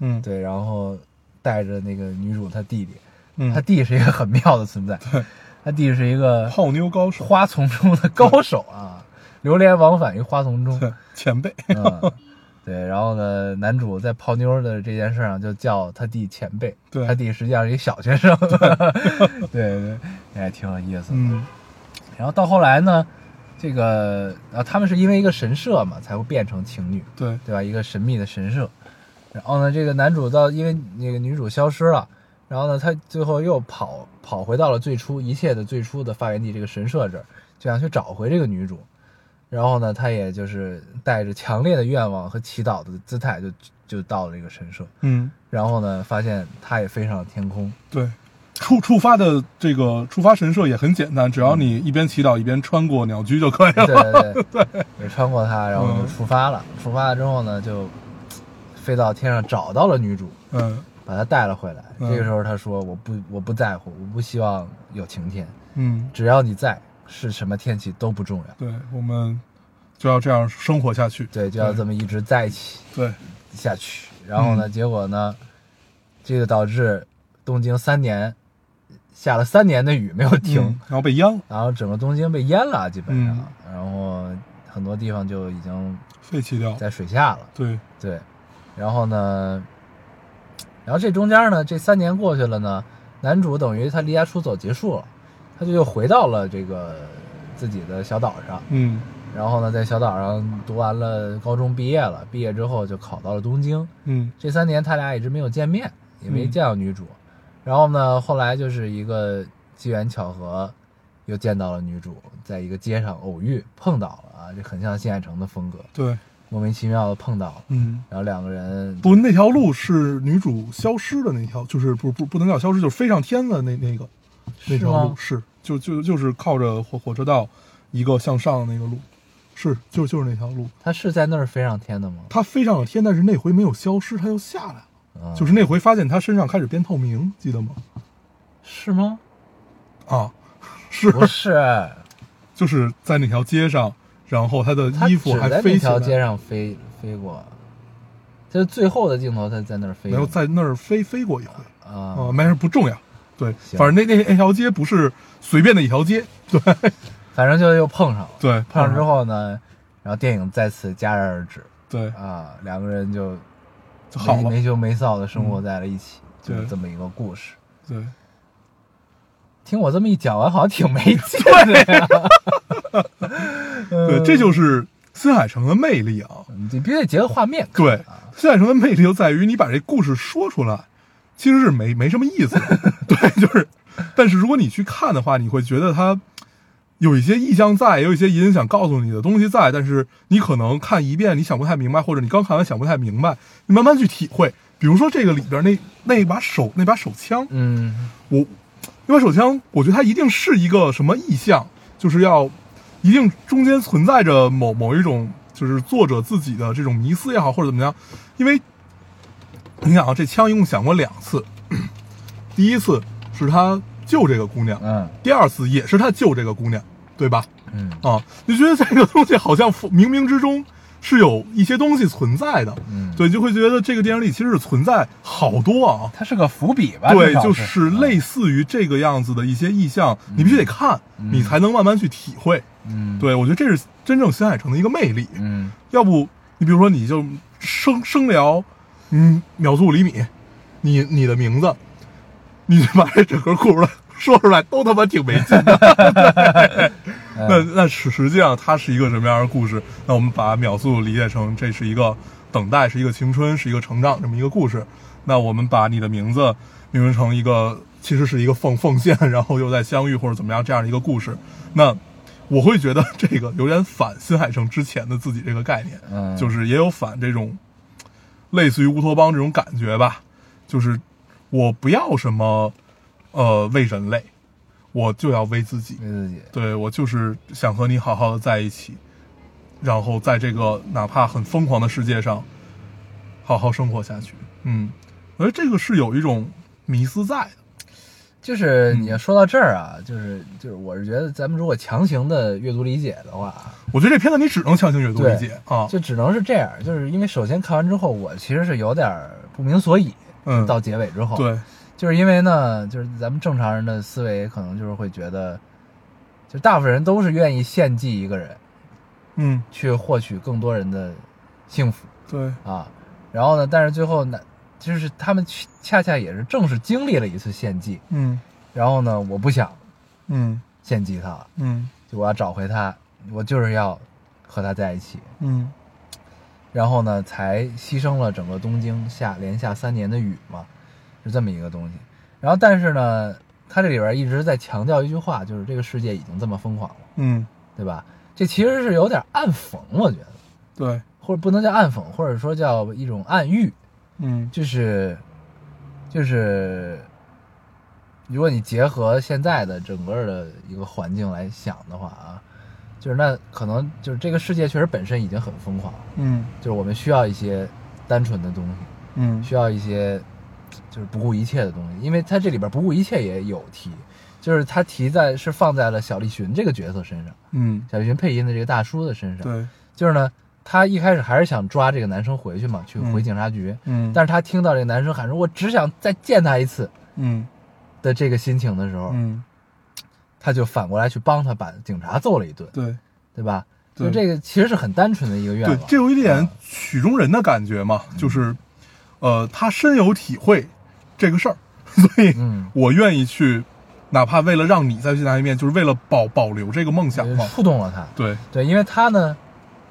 Speaker 2: 嗯，
Speaker 1: 对，然后带着那个女主她弟弟，
Speaker 2: 嗯，
Speaker 1: 他弟是一个很妙的 存在，他弟是一个
Speaker 2: 泡妞高手，
Speaker 1: 花丛中的高手啊，流连往返于花丛中。
Speaker 2: 对 前辈，
Speaker 1: 嗯，对，然后呢，男主在泡妞的这件事上就叫他弟前辈，
Speaker 2: 对
Speaker 1: 他弟实际上是一小学生， 对哎对对，也挺有意思的。
Speaker 2: 嗯
Speaker 1: 然后到后来呢，这个啊，他们是因为一个神社嘛，才会变成情侣，
Speaker 2: 对，
Speaker 1: 对吧？一个神秘的神社。然后呢，这个男主到因为那个女主消失了，然后呢，他最后又跑跑回到了最初一切的最初的发源地这个神社这儿，就想去找回这个女主。然后呢，他也就是带着强烈的愿望和祈祷的姿态就，就到了这个神社。
Speaker 2: 嗯，
Speaker 1: 然后呢，发现他也飞上了天空。
Speaker 2: 对。触触发的这个触发神社也很简单，只要你一边祈祷一边穿过鸟居就可以
Speaker 1: 对
Speaker 2: 了。
Speaker 1: 对对，也穿过它，然后就
Speaker 2: 嗯
Speaker 1: 出发了。出发了之后呢，就飞到天上找到了女主，
Speaker 2: 嗯
Speaker 1: 把她带了回来。
Speaker 2: 嗯
Speaker 1: 这个时候他说：“我不，我不在乎，我不希望有晴天，
Speaker 2: 嗯，
Speaker 1: 只要你在，是什么天气都不重要。
Speaker 2: 对，我们就要这样生活下去。
Speaker 1: 对，就要这么一直在一起
Speaker 2: 对，
Speaker 1: 下去。
Speaker 2: 嗯
Speaker 1: 然后呢，结果呢，这就导致东京三年下了三年的雨没有停，
Speaker 2: 嗯然后被殃了，
Speaker 1: 然后整个东京被淹了，基本上，
Speaker 2: 嗯
Speaker 1: 然后很多地方就已经
Speaker 2: 废弃掉。
Speaker 1: 在水下了。
Speaker 2: 对，
Speaker 1: 对，然后呢，然后这中间呢，这三年过去了呢，男主等于他离家出走结束了，他就又回到了这个自己的小岛上，
Speaker 2: 嗯
Speaker 1: 然后呢，在小岛上读完了高中，毕业了，毕业之后就考到了东京。
Speaker 2: 嗯
Speaker 1: 这三年他俩一直没有见面，也没
Speaker 2: 嗯
Speaker 1: 见到女主。然后呢，后来就是一个机缘巧合，又见到了女主，在一个街上偶遇碰到了啊，这很像新海诚的风格，
Speaker 2: 对，
Speaker 1: 莫名其妙的碰到了。
Speaker 2: 嗯，
Speaker 1: 然后两个人
Speaker 2: 不，那条路是女主消失的那条，就是不不不能叫消失，就是飞上天的那那个那
Speaker 1: 是
Speaker 2: 条
Speaker 1: 吗
Speaker 2: 路？是，就就就是靠着火火车道一个向上的那个路，是，就就是那条路。
Speaker 1: 他是在那儿飞上天的吗？
Speaker 2: 她飞上了天，但是那回没有消失，她又下来了。
Speaker 1: 嗯
Speaker 2: 就是那回发现她身上开始变透明，记得吗？
Speaker 1: 是吗？
Speaker 2: 啊，是，
Speaker 1: 不是，
Speaker 2: 就是在那条街上，然后她的
Speaker 1: 他
Speaker 2: 衣服
Speaker 1: 只
Speaker 2: 还
Speaker 1: 在
Speaker 2: 飞
Speaker 1: 那
Speaker 2: 起来，
Speaker 1: 条街上飞飞过，就是最后的镜头，他在那儿飞
Speaker 2: 没
Speaker 1: 过。
Speaker 2: 有在那儿飞飞过一回。
Speaker 1: 啊、
Speaker 2: 啊，没事，不重要。对，
Speaker 1: 行
Speaker 2: 反正那那那条街不是随便的一条街。 对
Speaker 1: 反正就又碰上了。
Speaker 2: 对，
Speaker 1: 碰上之，后呢，然后电影再次戛然而止
Speaker 2: 对，
Speaker 1: 啊，两个人就
Speaker 2: 就好
Speaker 1: 没
Speaker 2: 了。
Speaker 1: 没羞没臊的生活在了一起，
Speaker 2: 对
Speaker 1: 就是这么一个故事。
Speaker 2: 对，
Speaker 1: 嗯听我这么一讲完，好像挺没劲的呀。
Speaker 2: 对，这就是新海诚的魅力啊。
Speaker 1: 嗯你必须得结合画面啊看。
Speaker 2: 对，新海诚的魅力就在于你把这故事说出来，其实是没没什么意思的。对，就是，但是如果你去看的话，你会觉得它有一些意象在，也有一些隐隐想告诉你的东西在，但是你可能看一遍你想不太明白，或者你刚看完想不太明白，你慢慢去体会。比如说这个里边那那把手那把手枪，
Speaker 1: 嗯，
Speaker 2: 我那把手枪，我觉得它一定是一个什么意象，就是要一定中间存在着某某一种，就是作者自己的这种迷思也好，或者怎么样。因为你想啊，这枪一共响过两次，第一次是他救这个姑娘，
Speaker 1: 嗯
Speaker 2: 第二次也是他救这个姑娘，对吧？
Speaker 1: 嗯
Speaker 2: 啊，你觉得这个东西好像冥冥之中是有一些东西存在的，
Speaker 1: 嗯，，
Speaker 2: 对，就会觉得这个电影里其实是存在好多啊，
Speaker 1: 它是个伏笔吧？
Speaker 2: 对
Speaker 1: 至，少嗯
Speaker 2: 就是类似于这个样子的一些意象，你必须得看，你才能慢慢去体会。
Speaker 1: 嗯，
Speaker 2: 对，我觉得这是真正新海诚的一个魅力。
Speaker 1: 嗯
Speaker 2: 要不，你比如说，你就生生聊，嗯，秒速五厘米，你你的名字，你就把这整个故事说出来，都他妈挺没劲的。那那实实际上它是一个什么样的故事？那我们把秒速理解成这是一个等待，是一个青春，是一个成长这么一个故事。那我们把你的名字命名成一个，其实是一个奉奉献，然后又在相遇或者怎么样这样的一个故事。那我会觉得这个有点反新海诚之前的自己这个概念，
Speaker 1: 嗯
Speaker 2: 就是也有反这种类似于乌托邦这种感觉吧，就是我不要什么呃为人类，我就要为自己。
Speaker 1: 为自己，
Speaker 2: 对我就是想和你好好的在一起，然后在这个哪怕很疯狂的世界上，好好生活下去。嗯，我觉得这个是有一种迷思在的。
Speaker 1: 就是
Speaker 2: 嗯
Speaker 1: 你要说到这儿啊，就是就是，我是觉得咱们如果强行的阅读理解的话啊，
Speaker 2: 我觉得这片子你只能强行阅读
Speaker 1: 对
Speaker 2: 理解啊，
Speaker 1: 就只能是这样，就是因为首先看完之后，我其实是有点儿不明所以。
Speaker 2: 嗯，
Speaker 1: 到结尾之后，，
Speaker 2: 对，
Speaker 1: 就是因为呢，就是咱们正常人的思维可能就是会觉得，就大部分人都是愿意献祭一个人
Speaker 2: 嗯，
Speaker 1: 去获取更多人的幸福
Speaker 2: 对，
Speaker 1: 啊，然后呢，但是最后呢，就是他们恰恰也是正是经历了一次献祭，
Speaker 2: 嗯
Speaker 1: 然后呢，我不想
Speaker 2: 嗯
Speaker 1: 献祭他了，
Speaker 2: 嗯
Speaker 1: 就我要找回他，我就是要和他在一起。
Speaker 2: 嗯
Speaker 1: 然后呢，才牺牲了整个东京下连下三年的雨嘛，是这么一个东西。然后，但是呢，他这里边一直在强调一句话，就是这个世界已经这么疯狂了，
Speaker 2: 嗯，
Speaker 1: 对吧？这其实是有点暗讽，我觉得，
Speaker 2: 对，
Speaker 1: 或者不能叫暗讽，或者说叫一种暗喻，
Speaker 2: 嗯
Speaker 1: 就是就是，如果你结合现在的整个的一个环境来想的话啊，就是那可能就是这个世界确实本身已经很疯狂了。
Speaker 2: 嗯
Speaker 1: 就是我们需要一些单纯的东西，
Speaker 2: 嗯
Speaker 1: 需要一些就是不顾一切的东西，因为他这里边不顾一切也有提，就是他提在是放在了小栗旬这个角色身上，
Speaker 2: 嗯，
Speaker 1: 小栗旬配音的这个大叔的身上，
Speaker 2: 对，
Speaker 1: 就是呢，他一开始还是想抓这个男生回去嘛，去
Speaker 2: 嗯
Speaker 1: 回警察局，
Speaker 2: 嗯，
Speaker 1: 但是他听到这个男生喊说“我只想再见他一次
Speaker 2: 嗯”
Speaker 1: 的这个心情的时候，
Speaker 2: 嗯，
Speaker 1: 他就反过来去帮他把警察揍了一顿，
Speaker 2: 对
Speaker 1: 对吧？
Speaker 2: 对
Speaker 1: 就这个其实是很单纯的一个愿
Speaker 2: 对
Speaker 1: 望，，
Speaker 2: 这有一点
Speaker 1: 嗯
Speaker 2: 曲中人的感觉嘛，就是，呃，他深有体会这个事儿， 所以
Speaker 1: 嗯，
Speaker 2: 我愿意去，哪怕为了让你再去见他一面，就是为了保保留这个梦想嘛。
Speaker 1: 触动了他，
Speaker 2: 对
Speaker 1: 对，因为他呢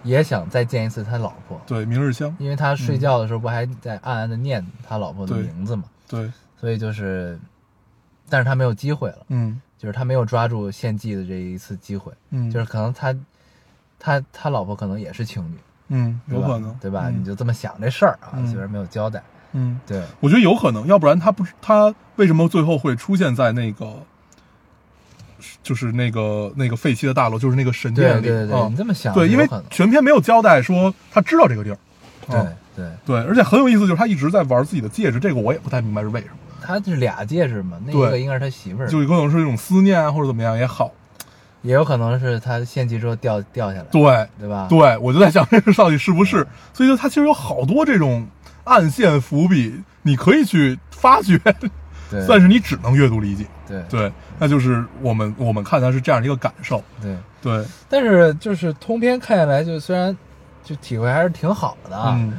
Speaker 1: 也想再见一次他老婆，
Speaker 2: 对，明日香，
Speaker 1: 因为他睡觉的时候不还在暗暗的念他老婆的
Speaker 2: 对
Speaker 1: 名字嘛，
Speaker 2: 对，
Speaker 1: 所以就是，但是他没有机会了，
Speaker 2: 嗯
Speaker 1: 就是他没有抓住献祭的这一次机会，
Speaker 2: 嗯，
Speaker 1: 就是可能他他他老婆可能也是情侣，
Speaker 2: 嗯，
Speaker 1: 对
Speaker 2: 有
Speaker 1: 吧
Speaker 2: 可能，
Speaker 1: 对吧？
Speaker 2: 嗯
Speaker 1: 你就这么想这事儿啊，
Speaker 2: 嗯
Speaker 1: 虽然没有交代，
Speaker 2: 嗯，
Speaker 1: 对，
Speaker 2: 我觉得有可能，要不然他不是他为什么最后会出现在那个，就是那个那个废弃的大楼，就是那个神
Speaker 1: 对
Speaker 2: 殿里
Speaker 1: 对对对，
Speaker 2: 啊
Speaker 1: 你这么想
Speaker 2: 对，
Speaker 1: 是
Speaker 2: 因为
Speaker 1: 有可能，
Speaker 2: 全篇没有交代说他知道这个地儿，啊
Speaker 1: 对对，
Speaker 2: 对，而且很有意思，就是他一直在玩自己的戒指，这个我也不太明白是为什么，
Speaker 1: 他是俩戒指嘛，那
Speaker 2: 对
Speaker 1: 一个应该是他媳妇儿，
Speaker 2: 就有可能是一种思念啊，或者怎么样也好，
Speaker 1: 也有可能是他献祭之后掉掉下来，
Speaker 2: 对，
Speaker 1: 对吧？
Speaker 2: 对，我就在想这个到底是不
Speaker 1: 嗯
Speaker 2: 是，所以就它其实有好多这种暗线伏笔，你可以去发掘，
Speaker 1: 对，
Speaker 2: 但是你只能阅读理解。
Speaker 1: 对对
Speaker 2: 对，那就是我们我们看它是这样一个感受。
Speaker 1: 对。
Speaker 2: 对，
Speaker 1: 但是就是通篇看下来，就虽然就体会还是挺好的啊，
Speaker 2: 嗯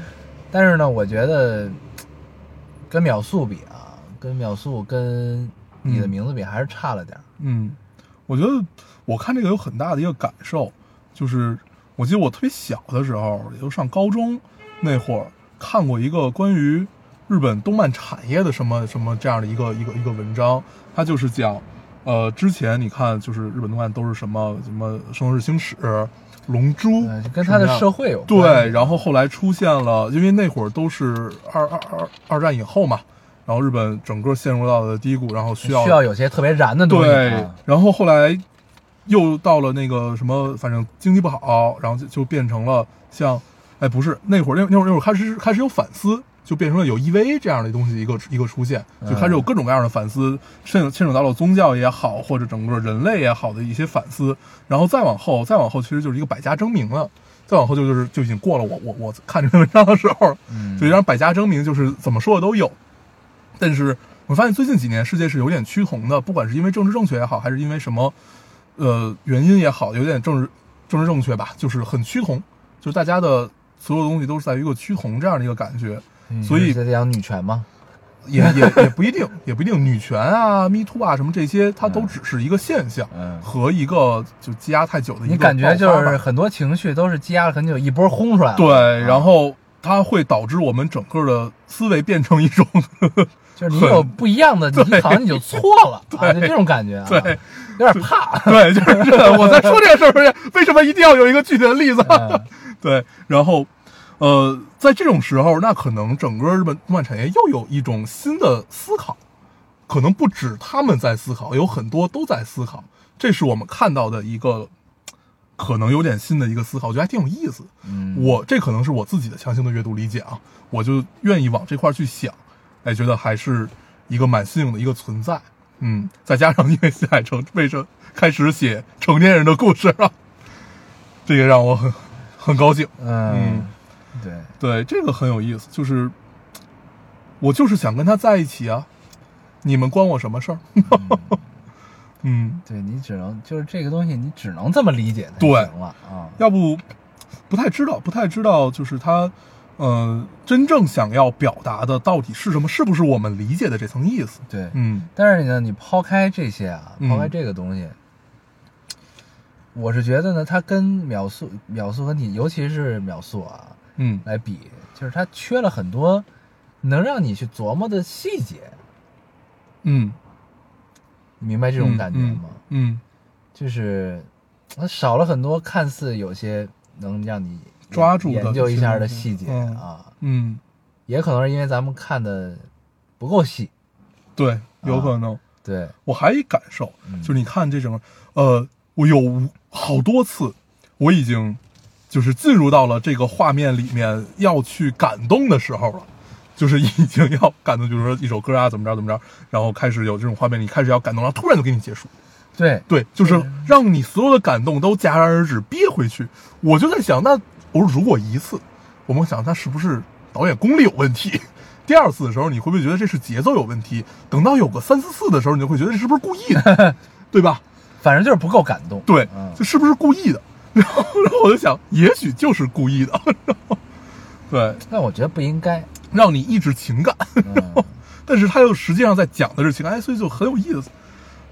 Speaker 1: 但是呢，我觉得嘖跟秒速比啊，跟秒速跟你的名字比还是差了点儿。
Speaker 2: 嗯，我觉得我看这个有很大的一个感受，就是我记得我特别小的时候，也就上高中那会儿看过一个关于日本动漫产业的什么什么这样的一个一个一个文章，它就是讲，呃，之前你看就是日本动漫都是什么什么《圣斗士星矢》《龙珠》
Speaker 1: 呃，跟他的
Speaker 2: 嗯什么样
Speaker 1: 社会有关
Speaker 2: 对，然后后来出现了，因为那会儿都是二二二二战以后嘛，然后日本整个陷入到了低谷，然后需要
Speaker 1: 需要有些特别燃的东西、
Speaker 2: 对
Speaker 1: 啊。，
Speaker 2: 然后后来又到了那个什么，反正经济不好，然后就就变成了像，哎，不是那会儿那那会儿那会儿开始开始有反思，就变成了有 EVA 这样的东西一个一个出现，就开始有各种各样的反思，甚牵扯到了宗教也好，或者整个人类也好的一些反思，然后再往后再往后，其实就是一个百家争鸣了。再往后就就是就已经过了我我我看这篇文章的时候，
Speaker 1: 嗯，
Speaker 2: 所以让百家争鸣，就是怎么说的都有。但是我发现最近几年世界是有点趋同的，不管是因为政治正确也好，还是因为什么呃原因也好，有点政治政治正确吧，就是很趋同，就是大家的所有东西都是在于一个趋同这样的一个感觉，
Speaker 1: 嗯
Speaker 2: 所以
Speaker 1: 这讲女权嘛，
Speaker 2: 也也也不一定，也不一定女权啊、Me Too 啊什么这些，它都只是一个现象
Speaker 1: 嗯。
Speaker 2: 和一个就积压太久的一个
Speaker 1: 你感觉就
Speaker 2: 爆发吧
Speaker 1: 是很多情绪都是积压了很久，一波轰出来了。
Speaker 2: 对，然后它会导致我们整个的思维变成一种
Speaker 1: 就是你有不一样的，你好像你就错 了，啊，就这种感觉啊，
Speaker 2: 对，
Speaker 1: 有点怕。
Speaker 2: 对，就是这我在说这个事儿，不是为什么一定要有一个具体的例子？
Speaker 1: 嗯
Speaker 2: 对，然后，呃，在这种时候，那可能整个日本动漫产业又有一种新的思考，可能不止他们在思考，有很多都在思考，这是我们看到的一个可能有点新的一个思考，我觉得还挺有意思。
Speaker 1: 嗯，
Speaker 2: 我这可能是我自己的强行的阅读理解啊，我就愿意往这块儿去想，哎，觉得还是一个蛮新颖的一个存在。嗯，再加上因为新海诚为什开始写成年人的故事了，这个让我很很高兴。
Speaker 1: 嗯，对，
Speaker 2: 对，这个很有意思，就是我就是想跟他在一起啊，你们关我什么事儿？ 嗯，
Speaker 1: 对你只能就是这个东西，你只能这么理解它就
Speaker 2: 对
Speaker 1: 行了啊。
Speaker 2: 要不不太知道，不太知道，就是他，呃，真正想要表达的到底是什么？是不是我们理解的这层意思？
Speaker 1: 对，
Speaker 2: 嗯
Speaker 1: 但是呢，你抛开这些啊，
Speaker 2: 嗯
Speaker 1: 抛开这个东西，我是觉得呢，它跟秒速、秒速和你，尤其是秒速啊
Speaker 2: 嗯
Speaker 1: 来比，就是它缺了很多能让你去琢磨的细节，
Speaker 2: 嗯，
Speaker 1: 你明白这种感觉
Speaker 2: 嗯
Speaker 1: 吗？？
Speaker 2: 嗯，嗯
Speaker 1: 就是它少了很多看似有些能让你
Speaker 2: 抓住的
Speaker 1: 研究一下的
Speaker 2: 这些
Speaker 1: 细
Speaker 2: 东西
Speaker 1: 节
Speaker 2: 嗯
Speaker 1: 啊，
Speaker 2: 嗯，
Speaker 1: 也可能是因为咱们看的不够细，
Speaker 2: 对，有
Speaker 1: 啊
Speaker 2: 可能。
Speaker 1: 对，
Speaker 2: 我还一感受，
Speaker 1: 嗯
Speaker 2: 就是你看这种，呃，我有无好多次，我已经就是进入到了这个画面里面要去感动的时候了，就是已经要感动，就是说一首歌啊，怎么着怎么着，然后开始有这种画面，你开始要感动，然后突然就给你结束，
Speaker 1: 对，
Speaker 2: 对，就是让你所有的感动都戛然而止，憋回去。我就在想，那我如果一次，我们想他是不是导演功力有问题？第二次的时候，你会不会觉得这是节奏有问题？等到有个三四次的时候，你就会觉得这是不是故意 的，对吧？
Speaker 1: 反正就是不够感动。
Speaker 2: 对
Speaker 1: 嗯，
Speaker 2: 这是不是故意的？ 然后，然后我就想，也许就是故意的。然后，对，
Speaker 1: 但我觉得不应该。
Speaker 2: 让你抑制情感，
Speaker 1: 嗯，
Speaker 2: 但是他又实际上在讲的是情感，哎，所以就很有意思。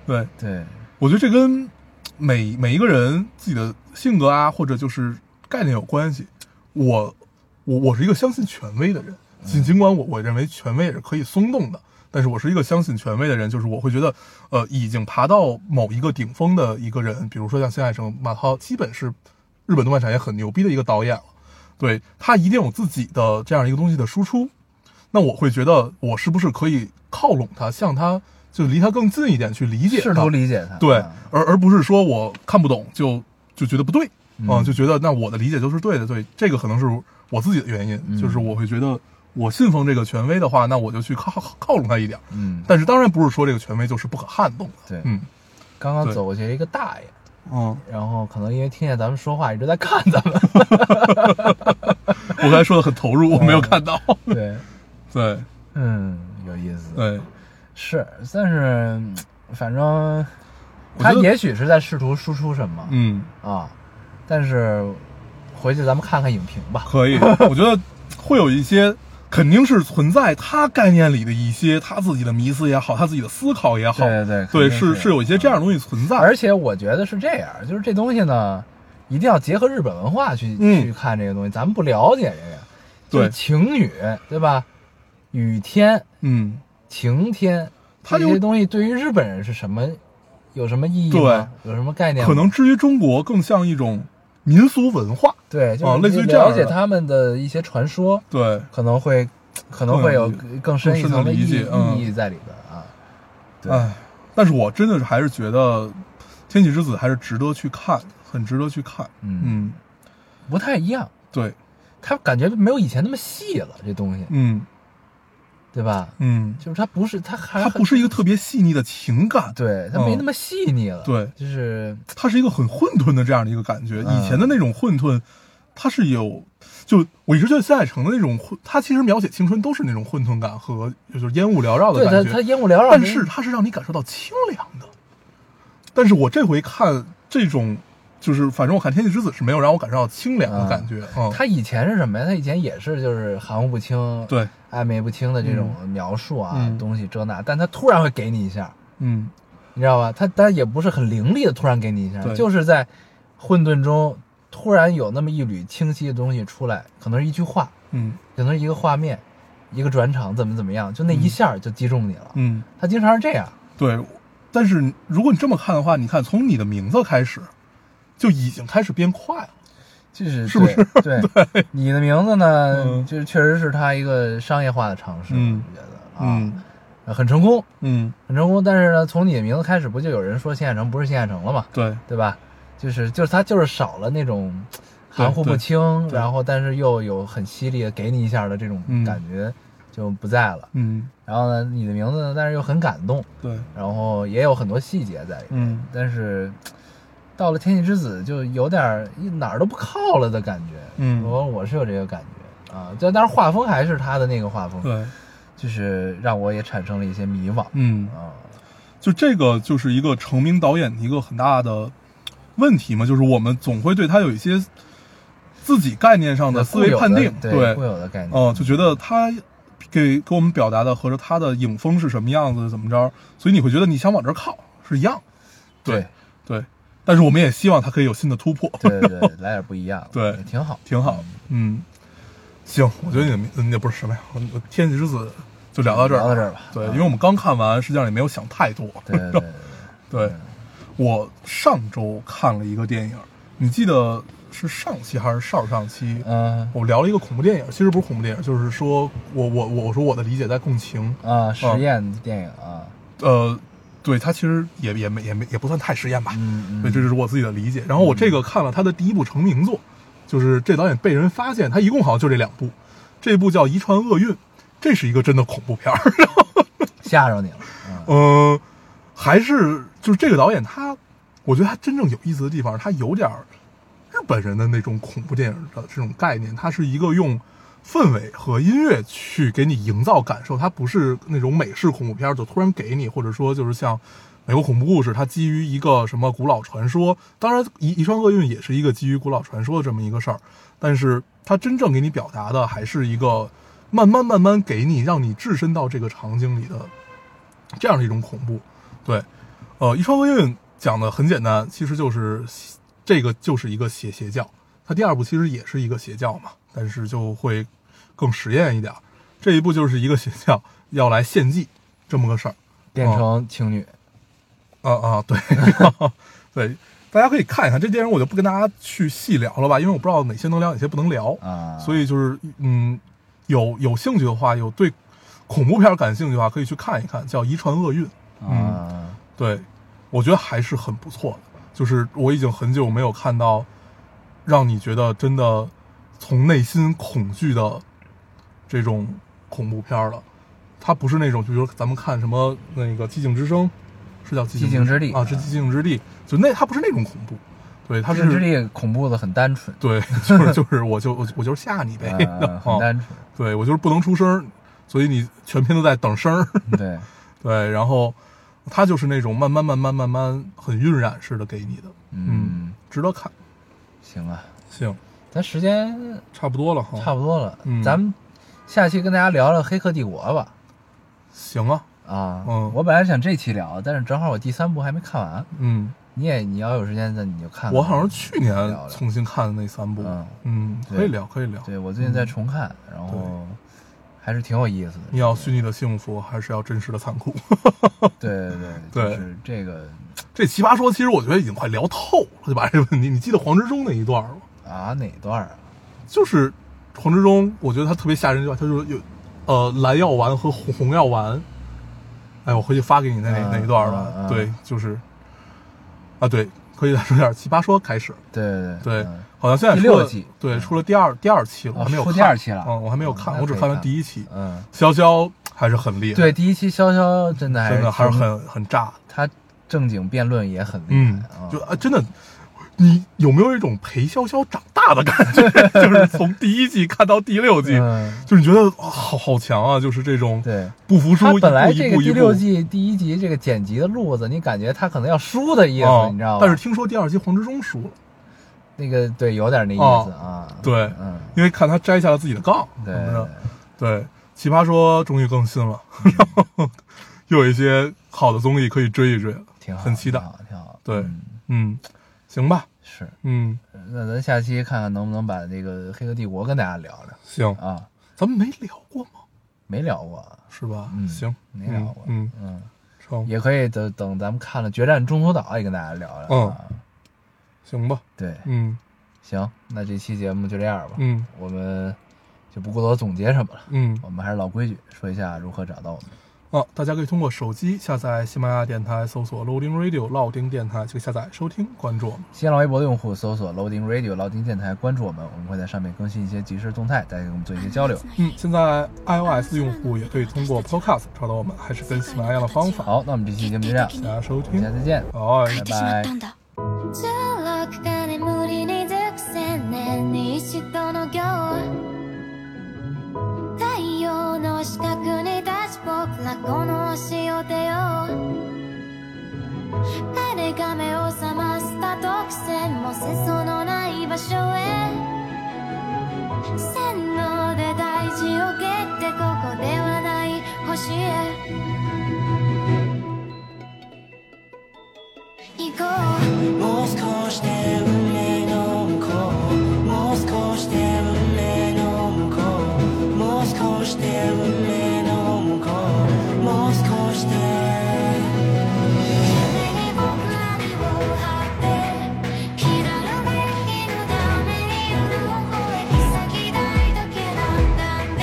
Speaker 2: 对，
Speaker 1: 对，
Speaker 2: 我觉得这跟每每一个人自己的性格啊，或者就是概念有关系。我我我是一个相信权威的人，
Speaker 1: 嗯
Speaker 2: 尽尽管我我认为权威也是可以松动的，但是我是一个相信权威的人，就是我会觉得，呃，已经爬到某一个顶峰的一个人，比如说像新海诚、马涛，基本是日本动漫产业很牛逼的一个导演了。对他一定有自己的这样一个东西的输出，那我会觉得我是不是可以靠拢他，向他就离他更近一点去 理解他，
Speaker 1: 试图理解他。
Speaker 2: 对
Speaker 1: 嗯，
Speaker 2: 而而不是说我看不懂就就觉得不对，
Speaker 1: 嗯
Speaker 2: 啊就觉得那我的理解就是对的，对，这个可能是我自己的原因，
Speaker 1: 嗯
Speaker 2: 就是我会觉得我信奉这个权威的话，那我就去靠靠拢他一点，
Speaker 1: 嗯，
Speaker 2: 但是当然不是说这个权威就是不可撼动的，
Speaker 1: 对哦
Speaker 2: 嗯
Speaker 1: 刚刚
Speaker 2: 对
Speaker 1: 走过去一个大爷，
Speaker 2: 嗯，
Speaker 1: 然后可能因为听见咱们说话，一直在看咱们。
Speaker 2: 我刚才说的很投入，我没有看到，
Speaker 1: 对，
Speaker 2: 对
Speaker 1: 嗯，有意思。
Speaker 2: 对，
Speaker 1: 是，但是嗯反正
Speaker 2: 我
Speaker 1: 他
Speaker 2: 觉得
Speaker 1: 也许是在试图输出什么
Speaker 2: 嗯，
Speaker 1: 啊，但是回去咱们看看影评吧。
Speaker 2: 可以，我觉得会有一些。肯定是存在他概念里的一些他自己的迷思也好，他自己的思考 也好，
Speaker 1: 对对
Speaker 2: 对
Speaker 1: 肯定是
Speaker 2: 是是有一些这样的东西存在。
Speaker 1: 而且我觉得是这样，就是这东西呢，一定要结合日本文化去、
Speaker 2: 嗯
Speaker 1: 去看这个东西，咱们不了解这个。就
Speaker 2: 对
Speaker 1: 是晴雨，对吧？雨天、
Speaker 2: 嗯，
Speaker 1: 晴天，
Speaker 2: 它
Speaker 1: 这
Speaker 2: 有
Speaker 1: 些东西对于日本人是什么，有什么意义吗？有什么概念吗？
Speaker 2: 可能至于中国，更像一种民俗文化。
Speaker 1: 对，
Speaker 2: 啊
Speaker 1: 就是
Speaker 2: 类似于
Speaker 1: 你
Speaker 2: 这样
Speaker 1: 了
Speaker 2: 的
Speaker 1: 解他们的一些传说，
Speaker 2: 对，
Speaker 1: 可能会可能会有
Speaker 2: 更
Speaker 1: 更深一层
Speaker 2: 更深的
Speaker 1: 意
Speaker 2: 理解
Speaker 1: 义
Speaker 2: 嗯啊
Speaker 1: 意义在里边啊。对，
Speaker 2: 唉，但是我真的是还是觉得《天气之子》还是值得去看，很值得去看。
Speaker 1: 嗯
Speaker 2: 嗯，
Speaker 1: 不太一样，
Speaker 2: 对，
Speaker 1: 他感觉没有以前那么细了，这东西，
Speaker 2: 嗯
Speaker 1: 对吧？
Speaker 2: 嗯，
Speaker 1: 就是它不是，它还
Speaker 2: 它不是一个特别细腻的情感，
Speaker 1: 对，它
Speaker 2: 嗯
Speaker 1: 没那么细腻了。
Speaker 2: 对
Speaker 1: 就是
Speaker 2: 它是一个很混沌的这样的一个感觉。
Speaker 1: 嗯
Speaker 2: 以前的那种混沌，它是有，就我一直觉得新海诚的那种混，他其实描写青春都是那种混沌感和就是烟雾缭绕的
Speaker 1: 对它
Speaker 2: 感觉。
Speaker 1: 它烟雾缭绕，
Speaker 2: 但是它是让你感受到清凉的。但是我这回看这种，就是反正我看《天气之子》是没有让我感受到清凉的感觉，嗯，
Speaker 1: 啊它以前是什么呀？它以前也是就是含糊不清，，
Speaker 2: 对，
Speaker 1: 暧昧不清的这种描述啊，
Speaker 2: 嗯
Speaker 1: 东西这那，但它突然会给你一下，
Speaker 2: 嗯，
Speaker 1: 你知道吧？它它也不是很凌厉的突然给你一下
Speaker 2: 对，
Speaker 1: 就是在混沌中突然有那么一缕清晰的东西出来，可能是一句话，
Speaker 2: 嗯，
Speaker 1: 可能是一个画面，一个转场，怎么怎么样，就那一下就击中你了。
Speaker 2: 嗯，
Speaker 1: 它经常是这样，
Speaker 2: 对。但是如果你这么看的话，你看从你的名字开始，就已经开始变快了，
Speaker 1: 就是
Speaker 2: 是不是
Speaker 1: 对？ 对，你的名字呢，
Speaker 2: 嗯
Speaker 1: 就是确实是他一个商业化的尝试，
Speaker 2: 嗯
Speaker 1: 我觉得啊、
Speaker 2: 嗯
Speaker 1: 很成功，
Speaker 2: 嗯，
Speaker 1: 很成功。但是呢，从你的名字开始，不就有人说新海诚不是新海诚了嘛，
Speaker 2: 对，
Speaker 1: 对吧？就是就是他就是少了那种
Speaker 2: 对
Speaker 1: 含糊不清，
Speaker 2: 对
Speaker 1: 然后但是又有很犀利的给你一下的这种
Speaker 2: 嗯
Speaker 1: 感觉就不在了。
Speaker 2: 嗯
Speaker 1: 然后呢，你的名字呢，但是又很感动，
Speaker 2: 对，
Speaker 1: 然后也有很多细节在里面。
Speaker 2: 嗯
Speaker 1: 但是到了《天气之子》就有点儿一哪儿都不靠了的感觉。
Speaker 2: 嗯
Speaker 1: 我我是有这个感觉啊，但但是画风还是他的那个画风，
Speaker 2: 对，
Speaker 1: 就是让我也产生了一些迷惘
Speaker 2: 嗯。
Speaker 1: 啊。
Speaker 2: 就这个就是一个成名导演的一个很大的问题嘛，就是我们总会对他有一些自己概念上的思维判定，
Speaker 1: 对固有的概念，
Speaker 2: 哦、就觉得他给给我们表达的和着他的影风是什么样子，怎么着，所以你会觉得你想往这儿靠是一样，对
Speaker 1: 对
Speaker 2: 对。但是我们也希望它可以有新的突破。
Speaker 1: 对对对，来点不一样的，
Speaker 2: 对
Speaker 1: 也挺好，
Speaker 2: 挺好。嗯，行，我觉得你的名你的不是什么呀，我我天气之子就聊到这儿，
Speaker 1: 聊到这儿吧
Speaker 2: 对，
Speaker 1: 嗯
Speaker 2: 因为我们刚看完，实际上也没有想太多。
Speaker 1: 对对 对对，
Speaker 2: 对，
Speaker 1: 嗯
Speaker 2: 我上周看了一个电影，你记得是上期还是上上期？
Speaker 1: 嗯
Speaker 2: 我聊了一个恐怖电影，其实不是恐怖电影，就是说我我我我说我的理解在共情，
Speaker 1: 啊，实
Speaker 2: 哦
Speaker 1: 验电影啊，
Speaker 2: 呃，对，它其实也也没也没也不算太实验吧，
Speaker 1: 嗯
Speaker 2: 对，
Speaker 1: 嗯，
Speaker 2: 这就是我自己的理解。然后我这个看了他的第一部成名作，就是这导演被人发现，他一共好像就这两部，这部叫《遗传厄运》，这是一个真的恐怖片儿。
Speaker 1: 吓着你了，嗯
Speaker 2: 嗯，还是就是这个导演他，我觉得他真正有意思的地方，他有点儿日本人的那种恐怖电影的这种概念，他是一个用氛围和音乐去给你营造感受，它不是那种美式恐怖片儿就突然给你，或者说就是像。美国恐怖故事，它基于一个什么古老传说？当然，遗遗传厄运也是一个基于古老传说的这么一个事儿，但是它真正给你表达的还是一个慢慢慢慢给你，让你置身到这个场景里的这样的一种恐怖。对，呃，遗传厄运讲的很简单，其实就是这个就是一个邪邪教，它第二部其实也是一个邪教嘛，但是就会更实验一点儿。这一部就是一个邪教要来献祭这么个事儿。
Speaker 1: 变成青女，
Speaker 2: 啊啊，对， 对，大家可以看一看这电影，我就不跟大家去细聊了吧，因为我不知道哪些能聊，哪些不能聊。
Speaker 1: 啊，
Speaker 2: 所以就是嗯，有有兴趣的话，有对恐怖片感兴趣的话，可以去看一看，叫《遗传厄运》。嗯
Speaker 1: 啊，
Speaker 2: 对，我觉得还是很不错的。就是我已经很久没有看到让你觉得真的从内心恐惧的这种恐怖片了。它不是那种，就比如咱们看什么那个《寂静之声》，是叫《寂
Speaker 1: 寂静之地
Speaker 2: 啊，是《寂静之地》，就那它不是那种恐怖，对，它
Speaker 1: 寂
Speaker 2: 是
Speaker 1: 静之地恐怖的很单纯，
Speaker 2: 对，就是就是我就我就我就是吓你呗， 哦
Speaker 1: 嗯，很单纯，
Speaker 2: 对我就是不能出声儿，所以你全篇都在等声儿。
Speaker 1: 对，
Speaker 2: 对，然后它就是那种慢慢慢慢慢慢很晕染式的给你的，
Speaker 1: 嗯，
Speaker 2: 值得看。
Speaker 1: 行啊，
Speaker 2: 行，
Speaker 1: 咱时间
Speaker 2: 差不多了哈，
Speaker 1: 差不多了，
Speaker 2: 嗯
Speaker 1: 咱们下期跟大家聊聊《黑客帝国》吧。
Speaker 2: 行啊，
Speaker 1: 啊，
Speaker 2: 嗯
Speaker 1: 我本来想这期聊，但是正好我第三部还没看完，
Speaker 2: 嗯，
Speaker 1: 你也你要有时间，那你就看看。
Speaker 2: 我好像是去年
Speaker 1: 聊聊
Speaker 2: 重新看的那三部
Speaker 1: 嗯，
Speaker 2: 嗯，可以聊，可以聊。
Speaker 1: 对我最
Speaker 2: 嗯
Speaker 1: 近在重看，然后还是挺有意思的。
Speaker 2: 你要虚拟的幸福，还是要真实的残酷？
Speaker 1: 对对对，
Speaker 2: 对
Speaker 1: 就是这个
Speaker 2: 这奇葩说，其实我觉得已经快聊透了，就 把这个问题。你记得黄执中那一段吗？
Speaker 1: 啊哪段啊？
Speaker 2: 就是黄执中，我觉得他特别吓人，就他说有，呃，蓝药丸和红红药丸。哎，我回去发给你那那
Speaker 1: 嗯
Speaker 2: 那一段吧。
Speaker 1: 嗯嗯
Speaker 2: 对，就是，啊，对，可以再说点奇葩说开始。
Speaker 1: 对对
Speaker 2: 对，
Speaker 1: 嗯
Speaker 2: 好像现在
Speaker 1: 第
Speaker 2: 出了
Speaker 1: 六季嗯
Speaker 2: 对，出了第二第二期了，
Speaker 1: 哦
Speaker 2: 我还没有
Speaker 1: 出
Speaker 2: 看
Speaker 1: 第二期了
Speaker 2: 嗯，我还没有
Speaker 1: 哦
Speaker 2: 看，
Speaker 1: 那
Speaker 2: 我只
Speaker 1: 可以
Speaker 2: 看了
Speaker 1: 看
Speaker 2: 第一期。
Speaker 1: 嗯，
Speaker 2: 潇潇还是很厉害，
Speaker 1: 对，，第一期潇潇真的还
Speaker 2: 真的还是
Speaker 1: 挺
Speaker 2: 很很炸的。
Speaker 1: 他正经辩论也很厉
Speaker 2: 嗯
Speaker 1: 害啊，，
Speaker 2: 就啊，真的，你有没有一种陪潇潇长大的感觉？ 就是从第一季看到第六季，
Speaker 1: 嗯
Speaker 2: 就是你觉得哦好好强啊，就是这种
Speaker 1: 对。
Speaker 2: 不服输
Speaker 1: 他，
Speaker 2: 一
Speaker 1: 本来
Speaker 2: 步
Speaker 1: 这
Speaker 2: 一
Speaker 1: 个
Speaker 2: 步
Speaker 1: 第
Speaker 2: 一
Speaker 1: 六
Speaker 2: 步。
Speaker 1: 季第一集这个剪辑的路子，你感觉他可能要输的意思，
Speaker 2: 啊
Speaker 1: 你知道吗？
Speaker 2: 但是听说第二季黄执中输了，
Speaker 1: 那个对，有点那意思啊。
Speaker 2: 哦对
Speaker 1: 嗯，
Speaker 2: 因为看他摘下了自己的杠什
Speaker 1: 对，
Speaker 2: 么的。对，奇葩说终于更新了， 然后又有一些好的综艺可以追一追了。
Speaker 1: 挺好，
Speaker 2: 很期待
Speaker 1: 挺好，挺好。
Speaker 2: 对
Speaker 1: 嗯
Speaker 2: 嗯，行吧，
Speaker 1: 是。
Speaker 2: 嗯，
Speaker 1: 那咱下期看看能不能把这个《黑客帝国》跟大家聊聊
Speaker 2: 行，
Speaker 1: 啊，
Speaker 2: 咱们没聊过吗？
Speaker 1: 没聊过，
Speaker 2: 是吧？
Speaker 1: 嗯
Speaker 2: 行，
Speaker 1: 没聊过，
Speaker 2: 嗯，
Speaker 1: 嗯，
Speaker 2: 成、
Speaker 1: 也可以等等咱们看了《决战中途岛》也跟大家聊聊。
Speaker 2: 嗯
Speaker 1: 啊，
Speaker 2: 行吧，
Speaker 1: 对，
Speaker 2: 嗯
Speaker 1: 行，那这期节目就这样吧，
Speaker 2: 嗯
Speaker 1: 我们就不过多总结什么了，
Speaker 2: 嗯，
Speaker 1: 我们还是老规矩，说一下如何找到我们。
Speaker 2: 哦、大家可以通过手机下载喜马拉雅电台，搜索 Loading Radio 老丁电台，就下载收听关注我们。
Speaker 1: 新浪微博的用户搜索 Loading Radio 老丁电台，关注我们，我们会在上面更新一些即时动态，再给我们做一些交流。
Speaker 2: 嗯，现在 iOS 用户也可以通过 Podcast 找到我们，还是跟喜马拉雅的方法。
Speaker 1: 好，那我们这期节目就这样，
Speaker 2: 大家收
Speaker 1: 我们
Speaker 2: 听
Speaker 1: 下，次见。
Speaker 2: 好，
Speaker 1: 바이바이.
Speaker 3: 저럭간의 물이 니득센 내 시던 어겨울太陽の四角に立ち僕らこの足を出よう彼が目を覚ました独占もせそのない場所へ線路で大事を蹴ってここではない星へ行こう
Speaker 4: もう少しで胸の向こうもう少しで胸の向こうもう少しで胸の向こうもう少しで
Speaker 3: 「夢に僕らを張って」「ひららめきのために夜を越え」「きないだけなんだって」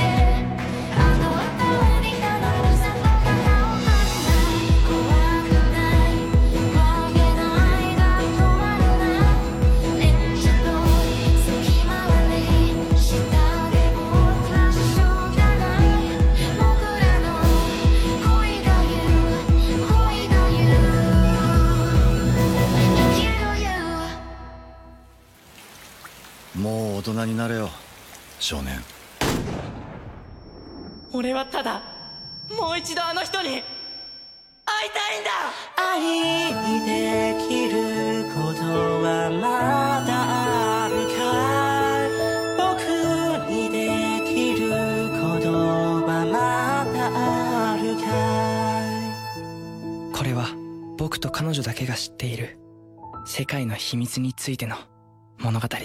Speaker 3: 「あの頭にたまるさ僕がわかない」「怖くない」「負けないが止まるな」「連射と隙間割り」「下で僕らしょうがない」「僕らの恋が言う恋が言う」Thank you.
Speaker 5: もう大人になれよ少年
Speaker 6: 俺はただもう一度あの人に会いたいんだ
Speaker 4: 愛できることはまだあるかい僕にできることはまだあるかい
Speaker 7: これは僕と彼女だけが知っている世界の秘密についての物語だ